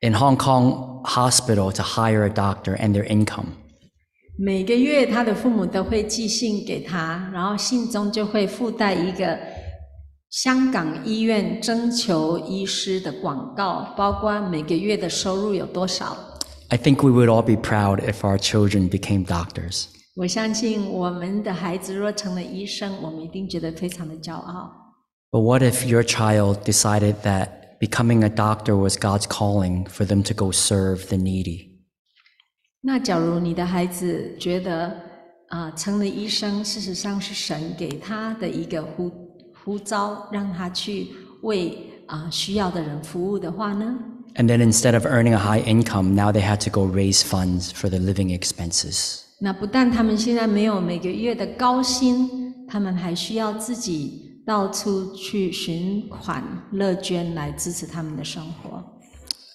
C: in Hong Kong hospital to hire a doctor and their income.
D: 每个月他的父母都会寄信给他，然后信中就会附带一个香港医院征求医师的广告，包括每个月的收入有多少。
C: I think we would all be proud if our children became doctors.
D: 我相信我们的孩子若成了医生，我们一定觉得非常的骄傲。
C: But what if your child decided that becoming a doctor was God's calling for them to go serve the needy?
D: 那假如你的孩子觉得啊、成了医生，事实上是神给他的一个呼呼召，让他去为啊、需要的人服务的话呢？
C: And then instead of earning a high income, now they had to go raise funds for their living expenses.
D: 那不但他们现在没有每个月的高薪，他们还需要自己到处去寻款乐捐来支持他们的生活。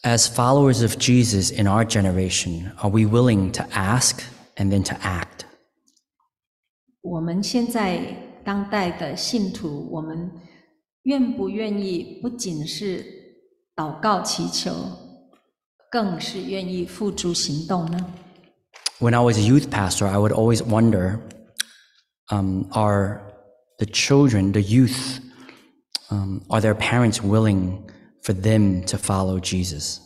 C: As followers of Jesus in our generation, are we willing to ask and then to act?
D: 我们现在当代的信徒，我们愿不愿意不仅是祷告祈求，更是愿意付诸行动呢？
C: when I was a youth pastor, I would always wonder um, are the children, the youth, um, are their parents willing for them to follow Jesus?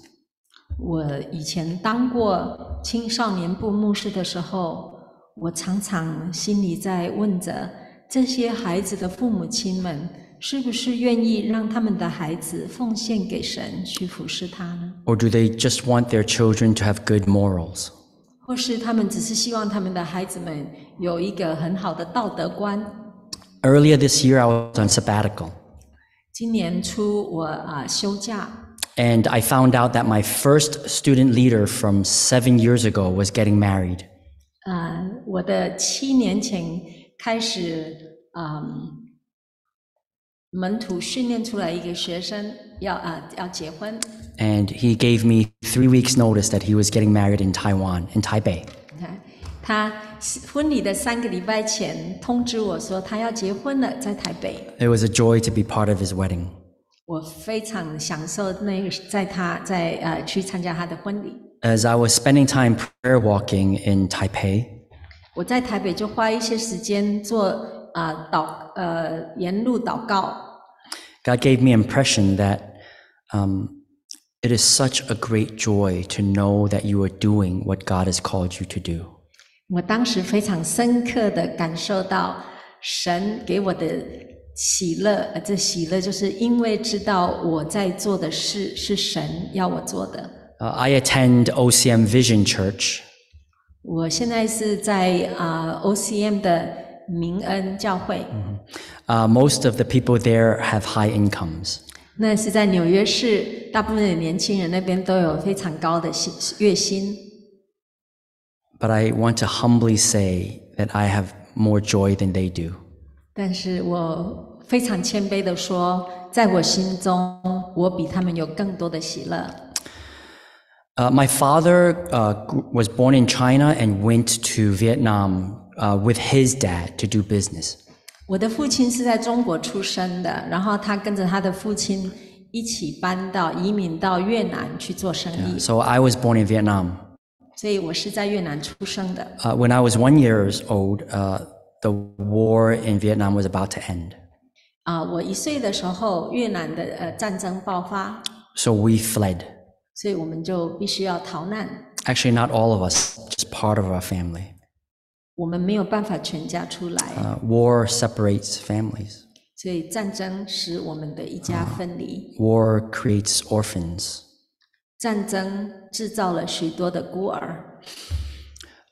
D: 我以前当过青少年部牧师的时候，我常常心里在问着：这些孩子的父母亲们是不是愿意让他们的孩子奉献给神去服侍他呢？
C: Or do they just want their children to have good morals?
D: 或是他们只是希望他们的孩子们有一个很好的道德观？
C: Earlier this year, I was on sabbatical,
D: 今年初我啊、呃休假，
C: and I found out that my first student leader from seven years ago was getting married.
D: 呃，我的七年前开始，嗯，门徒训练出来一个学生要啊、要结婚，
C: And he gave me three weeks' notice that he was getting married in Taiwan, in Taipei.
D: 你看他婚礼的三个礼拜前通知我说他要结婚了，在台北，
C: It was a joy to be part of his wedding.
D: 我非常享受那个在他在呃去参加他的婚礼，
C: As I was spending time prayer walking in Taipei,
D: 我在台北就花一些时间做啊、祷呃沿路祷告，
C: God gave me impression that um, it is such a great joy to know that you are doing what God has called you to do.
D: 我当时非常深刻地感受到神给我的喜乐，呃，这喜乐就是因为知道我在做的事是神要我做的。
C: Uh, I attend OCM Vision Church,
D: 我现在是在啊、OCM 的明恩教会，
C: Uh, most of the people there have high incomes.
D: 那是在纽约市，大部分的年轻人那边都有非常高的薪月薪。
C: But I want to humbly say that I have more joy than they do.
D: 但是我非常谦卑地说，在我心中，我比他们有更多的喜乐。
C: Uh, my father uh, gr- was born in China and went to Vietnam uh, with his dad to do business.
D: 我的父亲是在中国出生的，然后他跟着他的父亲一起搬到移民到越南去做生意，
C: So I was born in Vietnam.
D: 所以我是在越南出生的。
C: Uh, when I was one years old, uh, the war in Vietnam was about to end.
D: 啊、我一岁的时候，越南的呃战争爆发，
C: So we fled.
D: 所以我们就必须要逃难，
C: Actually, not all of us, just part of our family.
D: 我们没有办法全家出来，
C: Uh, war separates families.
D: 所以战争使我们的一家分离，
C: War creates orphans.
D: 战争制造了许多的孤儿。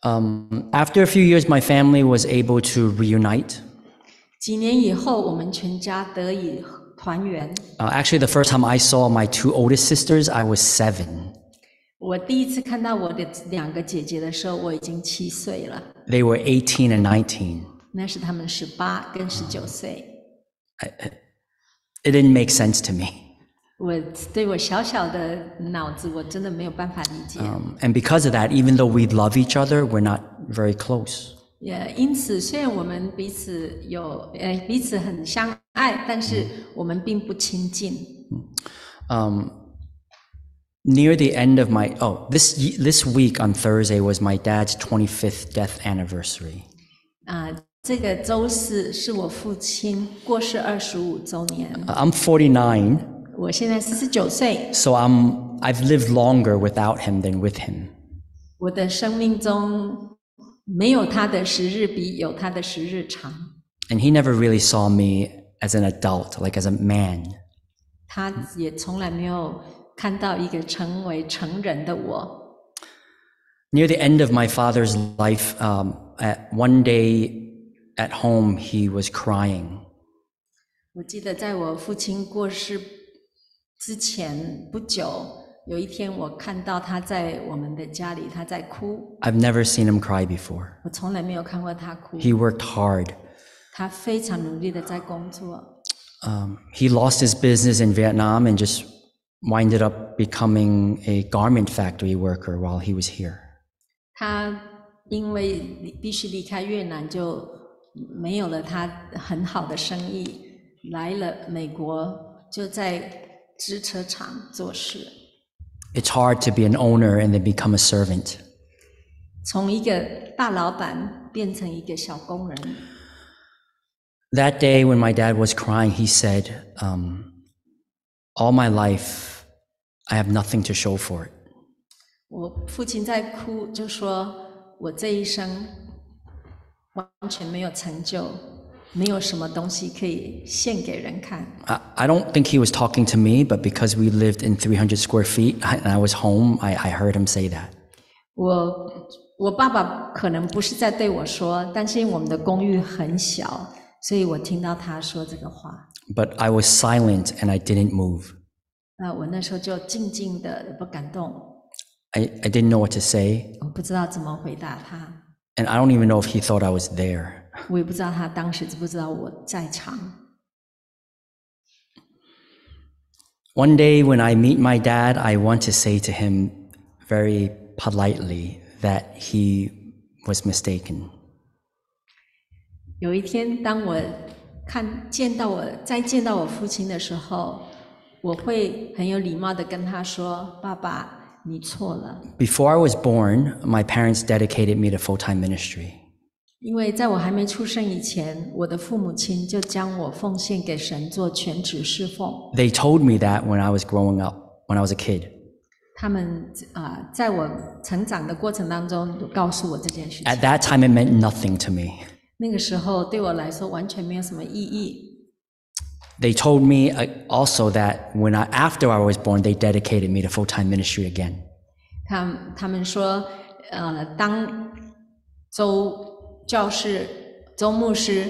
C: Um, after a few years, my family was able to reunite.
D: 几年以后，我们全家得以团圆。
C: Uh, actually, the first time I saw my two oldest sisters, I was seven.
D: 我第一次看到我的两个姐姐的时候，我已经七岁了，
C: They were 18 and 19.
D: 那是她们十八跟十九岁。
C: It didn't make sense to me.
D: 我对我小小的脑子，我真的没有办法理解。
C: Um, and because of that, even though we love each other, we're not very close.
D: 也因此，虽然我们彼此有呃彼此很相爱，但是我们并不亲近。
C: um, near the end of my oh this ye- this week on Thursday was my dad's 25th death anniversary.
D: 啊、这个周四是我父亲过世二十五周年，
C: Uh, I'm 49,
D: 我现在四十九岁，
C: so I'm I've lived longer without him than with him.
D: 我的生命中没有他的时日比有他的时日长。
C: And he never really saw me as an adult, like as a man.
D: 他也从来没有看到一个成为成人的我。
C: Near the end of my father's life, um, at one day at home, he was crying.
D: 我记得在我父亲过世之前不久，有一天我看到他在我们的家里，他在哭。
C: I've never seen him cry before.
D: 我从来没有看过他哭，
C: He worked hard.
D: 他非常努力的在工作。
C: um, he lost his business in Vietnam and just winded up becoming a garment factory worker while he was here.
D: 他因为离必须离开越南，就没有了他很好的生意，来了美国就在织车厂做事。
C: It's hard to be an owner and then become a servant.
D: 从一个大老板变成一个小工人。
C: That day when my dad was crying, he said, um, All my life, I have nothing to show for it.
D: 我父亲在哭，就说我这一生完全没有成就，没有什么东西可以献给人看。
C: I, I don't think he was talking to me, but because we lived in 300 square feet and I was home, I, I heard him say that.
D: 我我爸爸可能不是在对我说，但是因为我们的公寓很小，所以我听到他说这个话。
C: But I was silent and I didn't move.
D: 那我那时候就静静的，也不敢动，
C: I, I didn't know what to say,
D: 我不知道怎么回答他，
C: and I don't even know if he thought I was there.
D: 我也不知道他当时知不知道我在场。
C: One day when I meet my dad, I want to say to him very politely that he was mistaken.
D: 有一天，当我看见到我再见到我父亲的时候，我会很有礼貌的跟他说：“爸爸，你错了。
C: Before I was born, my parents dedicated me to full time ministry. ”
D: 因为在我还没出生以前，我的父母亲就将我奉献给神做全职侍奉。
C: They told me that when I was growing up, when I was a kid.
D: 他们啊、呃在我成长的过程当中，都告诉我这件事情。
C: At that time, it meant nothing to me.
D: 那个时候对我来说完全没有什么意义。
C: They told me uh, also that when I, after I was born, they dedicated me to full time ministry again.
D: 他他们说，呃，当周教士、周牧师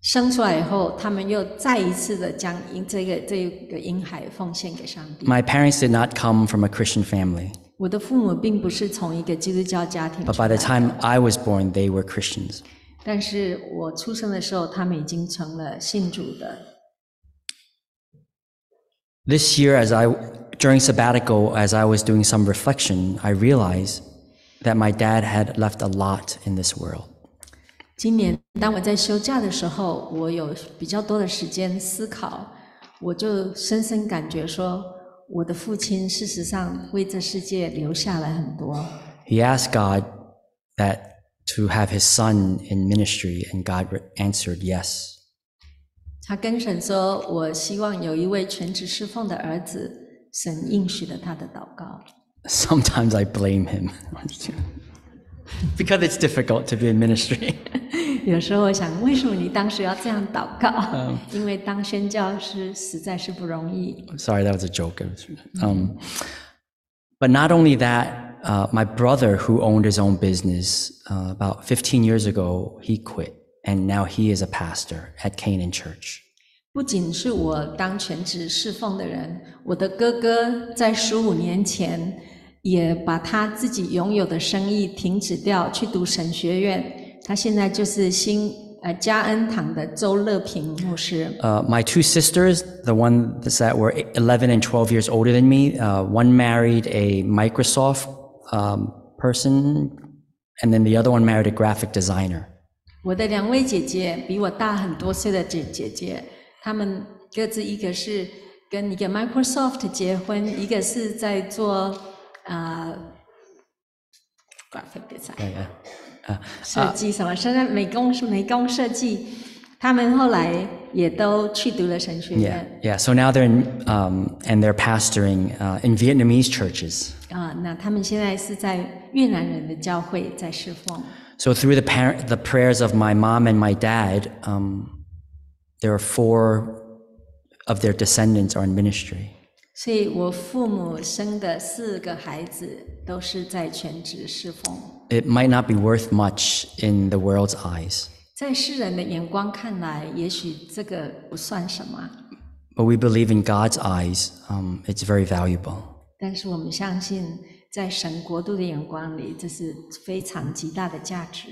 D: 生出来以后，他们又再一次的将婴这个这个婴孩奉献给上帝。
C: My parents did not come from a Christian family,
D: 我的父母并不是从一个基督教家庭
C: but
D: 出
C: by the
D: 来，
C: time I was born, they were Christians.
D: 但是我出生的时候，他们已经成了信主的。
C: This year, as I during sabbatical, as I was doing some reflection, I realized that my dad had left a lot in this world.
D: 今年当我在休假的时候，我有比较多的时间思考，我就深深感觉说，我的父亲事实上为这世界留下了很多。
C: He asked God that to have his son in ministry, and God re- answered yes.
D: 他跟神说：“我希望有一位全职侍奉的儿子。”神应许了他的祷告。
C: Sometimes I blame him because it's difficult to be in ministry.
D: 有时候我想，为什么你当时要这样祷告？因为当宣教师实在是不容易。
C: Sorry, that was a joke. It was- Um, but not only that, uh, my brother, who owned his own business uh, about 15 years ago, he quit, and now he is a pastor at Canaan Church.
D: 不仅是我当全职侍奉的人，我的哥哥在十五年前也把他自己拥有的生意停止掉，去读神学院。他现在就是新呃嘉恩堂的周乐平牧师。
C: Uh, my two sisters, the ones that were 11 and 12 years older than me, uh, one married a Microsoft um, person, and then the other one married a graphic designer.
D: 我的两位姐姐比我大很多岁的姐姐姐，她们各自一个是跟一个 Microsoft 结婚，一个是在做呃 graphic design。
C: Yeah.
D: 设计什么，现在美工是美工设计，他们后来也都去读了神学
C: Yeah,
D: 院
C: yeah. So now they're in, um, and they're pastoring uh, in Vietnamese churches.
D: 啊、那他们现在是在越南人的教会在侍奉。
C: So through the par- the prayers of my mom and my dad, um, there are four of their descendants are in ministry.
D: 所以我父母生的四个孩子都是在全职侍奉，
C: It might not be worth much in the world's eyes,
D: 在世人的眼光看来，也许这个不算什么，
C: but we believe in God's eyes, um, it's very valuable.
D: 但是我们相信，在神国度的眼光里，这是非常极大的价值。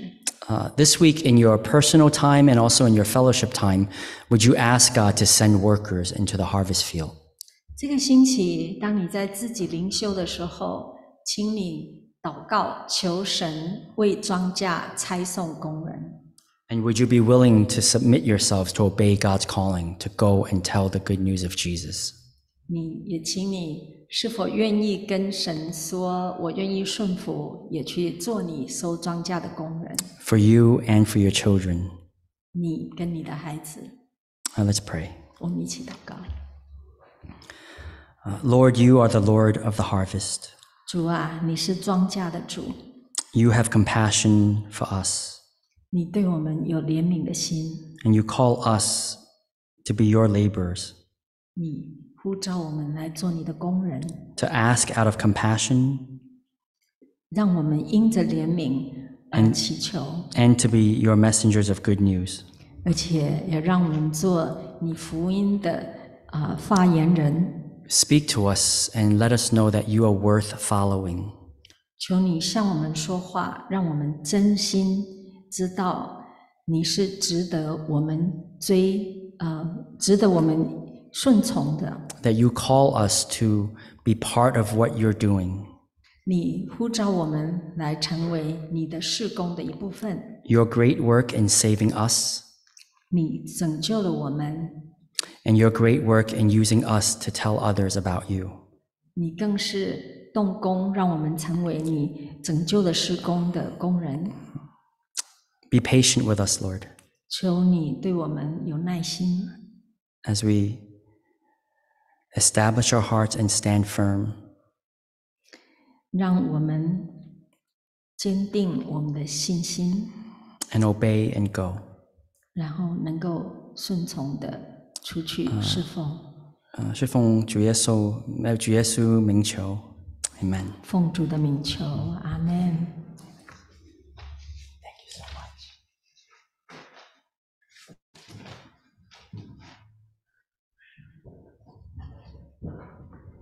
C: Uh, this week, in your personal time and also in your fellowship time, would you ask God to send workers into the harvest field?
D: 这个星期，当你在自己灵修的时候，请你祷告，求神为庄稼差送工人。
C: And would you be willing to submit yourselves to obey God's calling to go and tell the good news of Jesus?
D: 你也请你是否愿意跟神说，我愿意顺服，也去做你收庄稼的工人，
C: for you and for your children.
D: 你跟你的孩子，
C: Uh, let's pray.
D: 我们一起祷告。
C: Uh, Lord, you are the Lord of the harvest.
D: 主啊，你是庄稼的主，
C: You have compassion for us,
D: 你对我们有怜悯的心，
C: and you call us to be your laborers,
D: 你呼召我们来做你的工人，
C: to ask out of compassion
D: 让我们因着怜悯而祈求，
C: and to be your messengers of good news.
D: 而且也让我们做你福音的啊、呃发言人。
C: Speak to us and let us know that you are worth following.
D: 求你向我们说话，让我们真心知道你是值得我们追呃，值得我们顺从的。
C: that you call us to be part of what you're doing.
D: 你呼召我们来成为你的事工的一部分，
C: Your great work in saving us,
D: 你拯救了我们，
C: and your great work in using us to tell others about you.
D: 你更是动工，让我们成为你拯救的施工的工人。
C: Be patient with us, Lord,
D: 求你对我们有耐心，
C: as we establish our hearts and stand firm.
D: 让我们坚定我们的信心。
C: And obey and go.
D: 然后能够顺从的出去侍奉，
C: 呃，是奉主耶稣，呃，主耶稣名求，Amen.
D: 奉主的名求，阿门。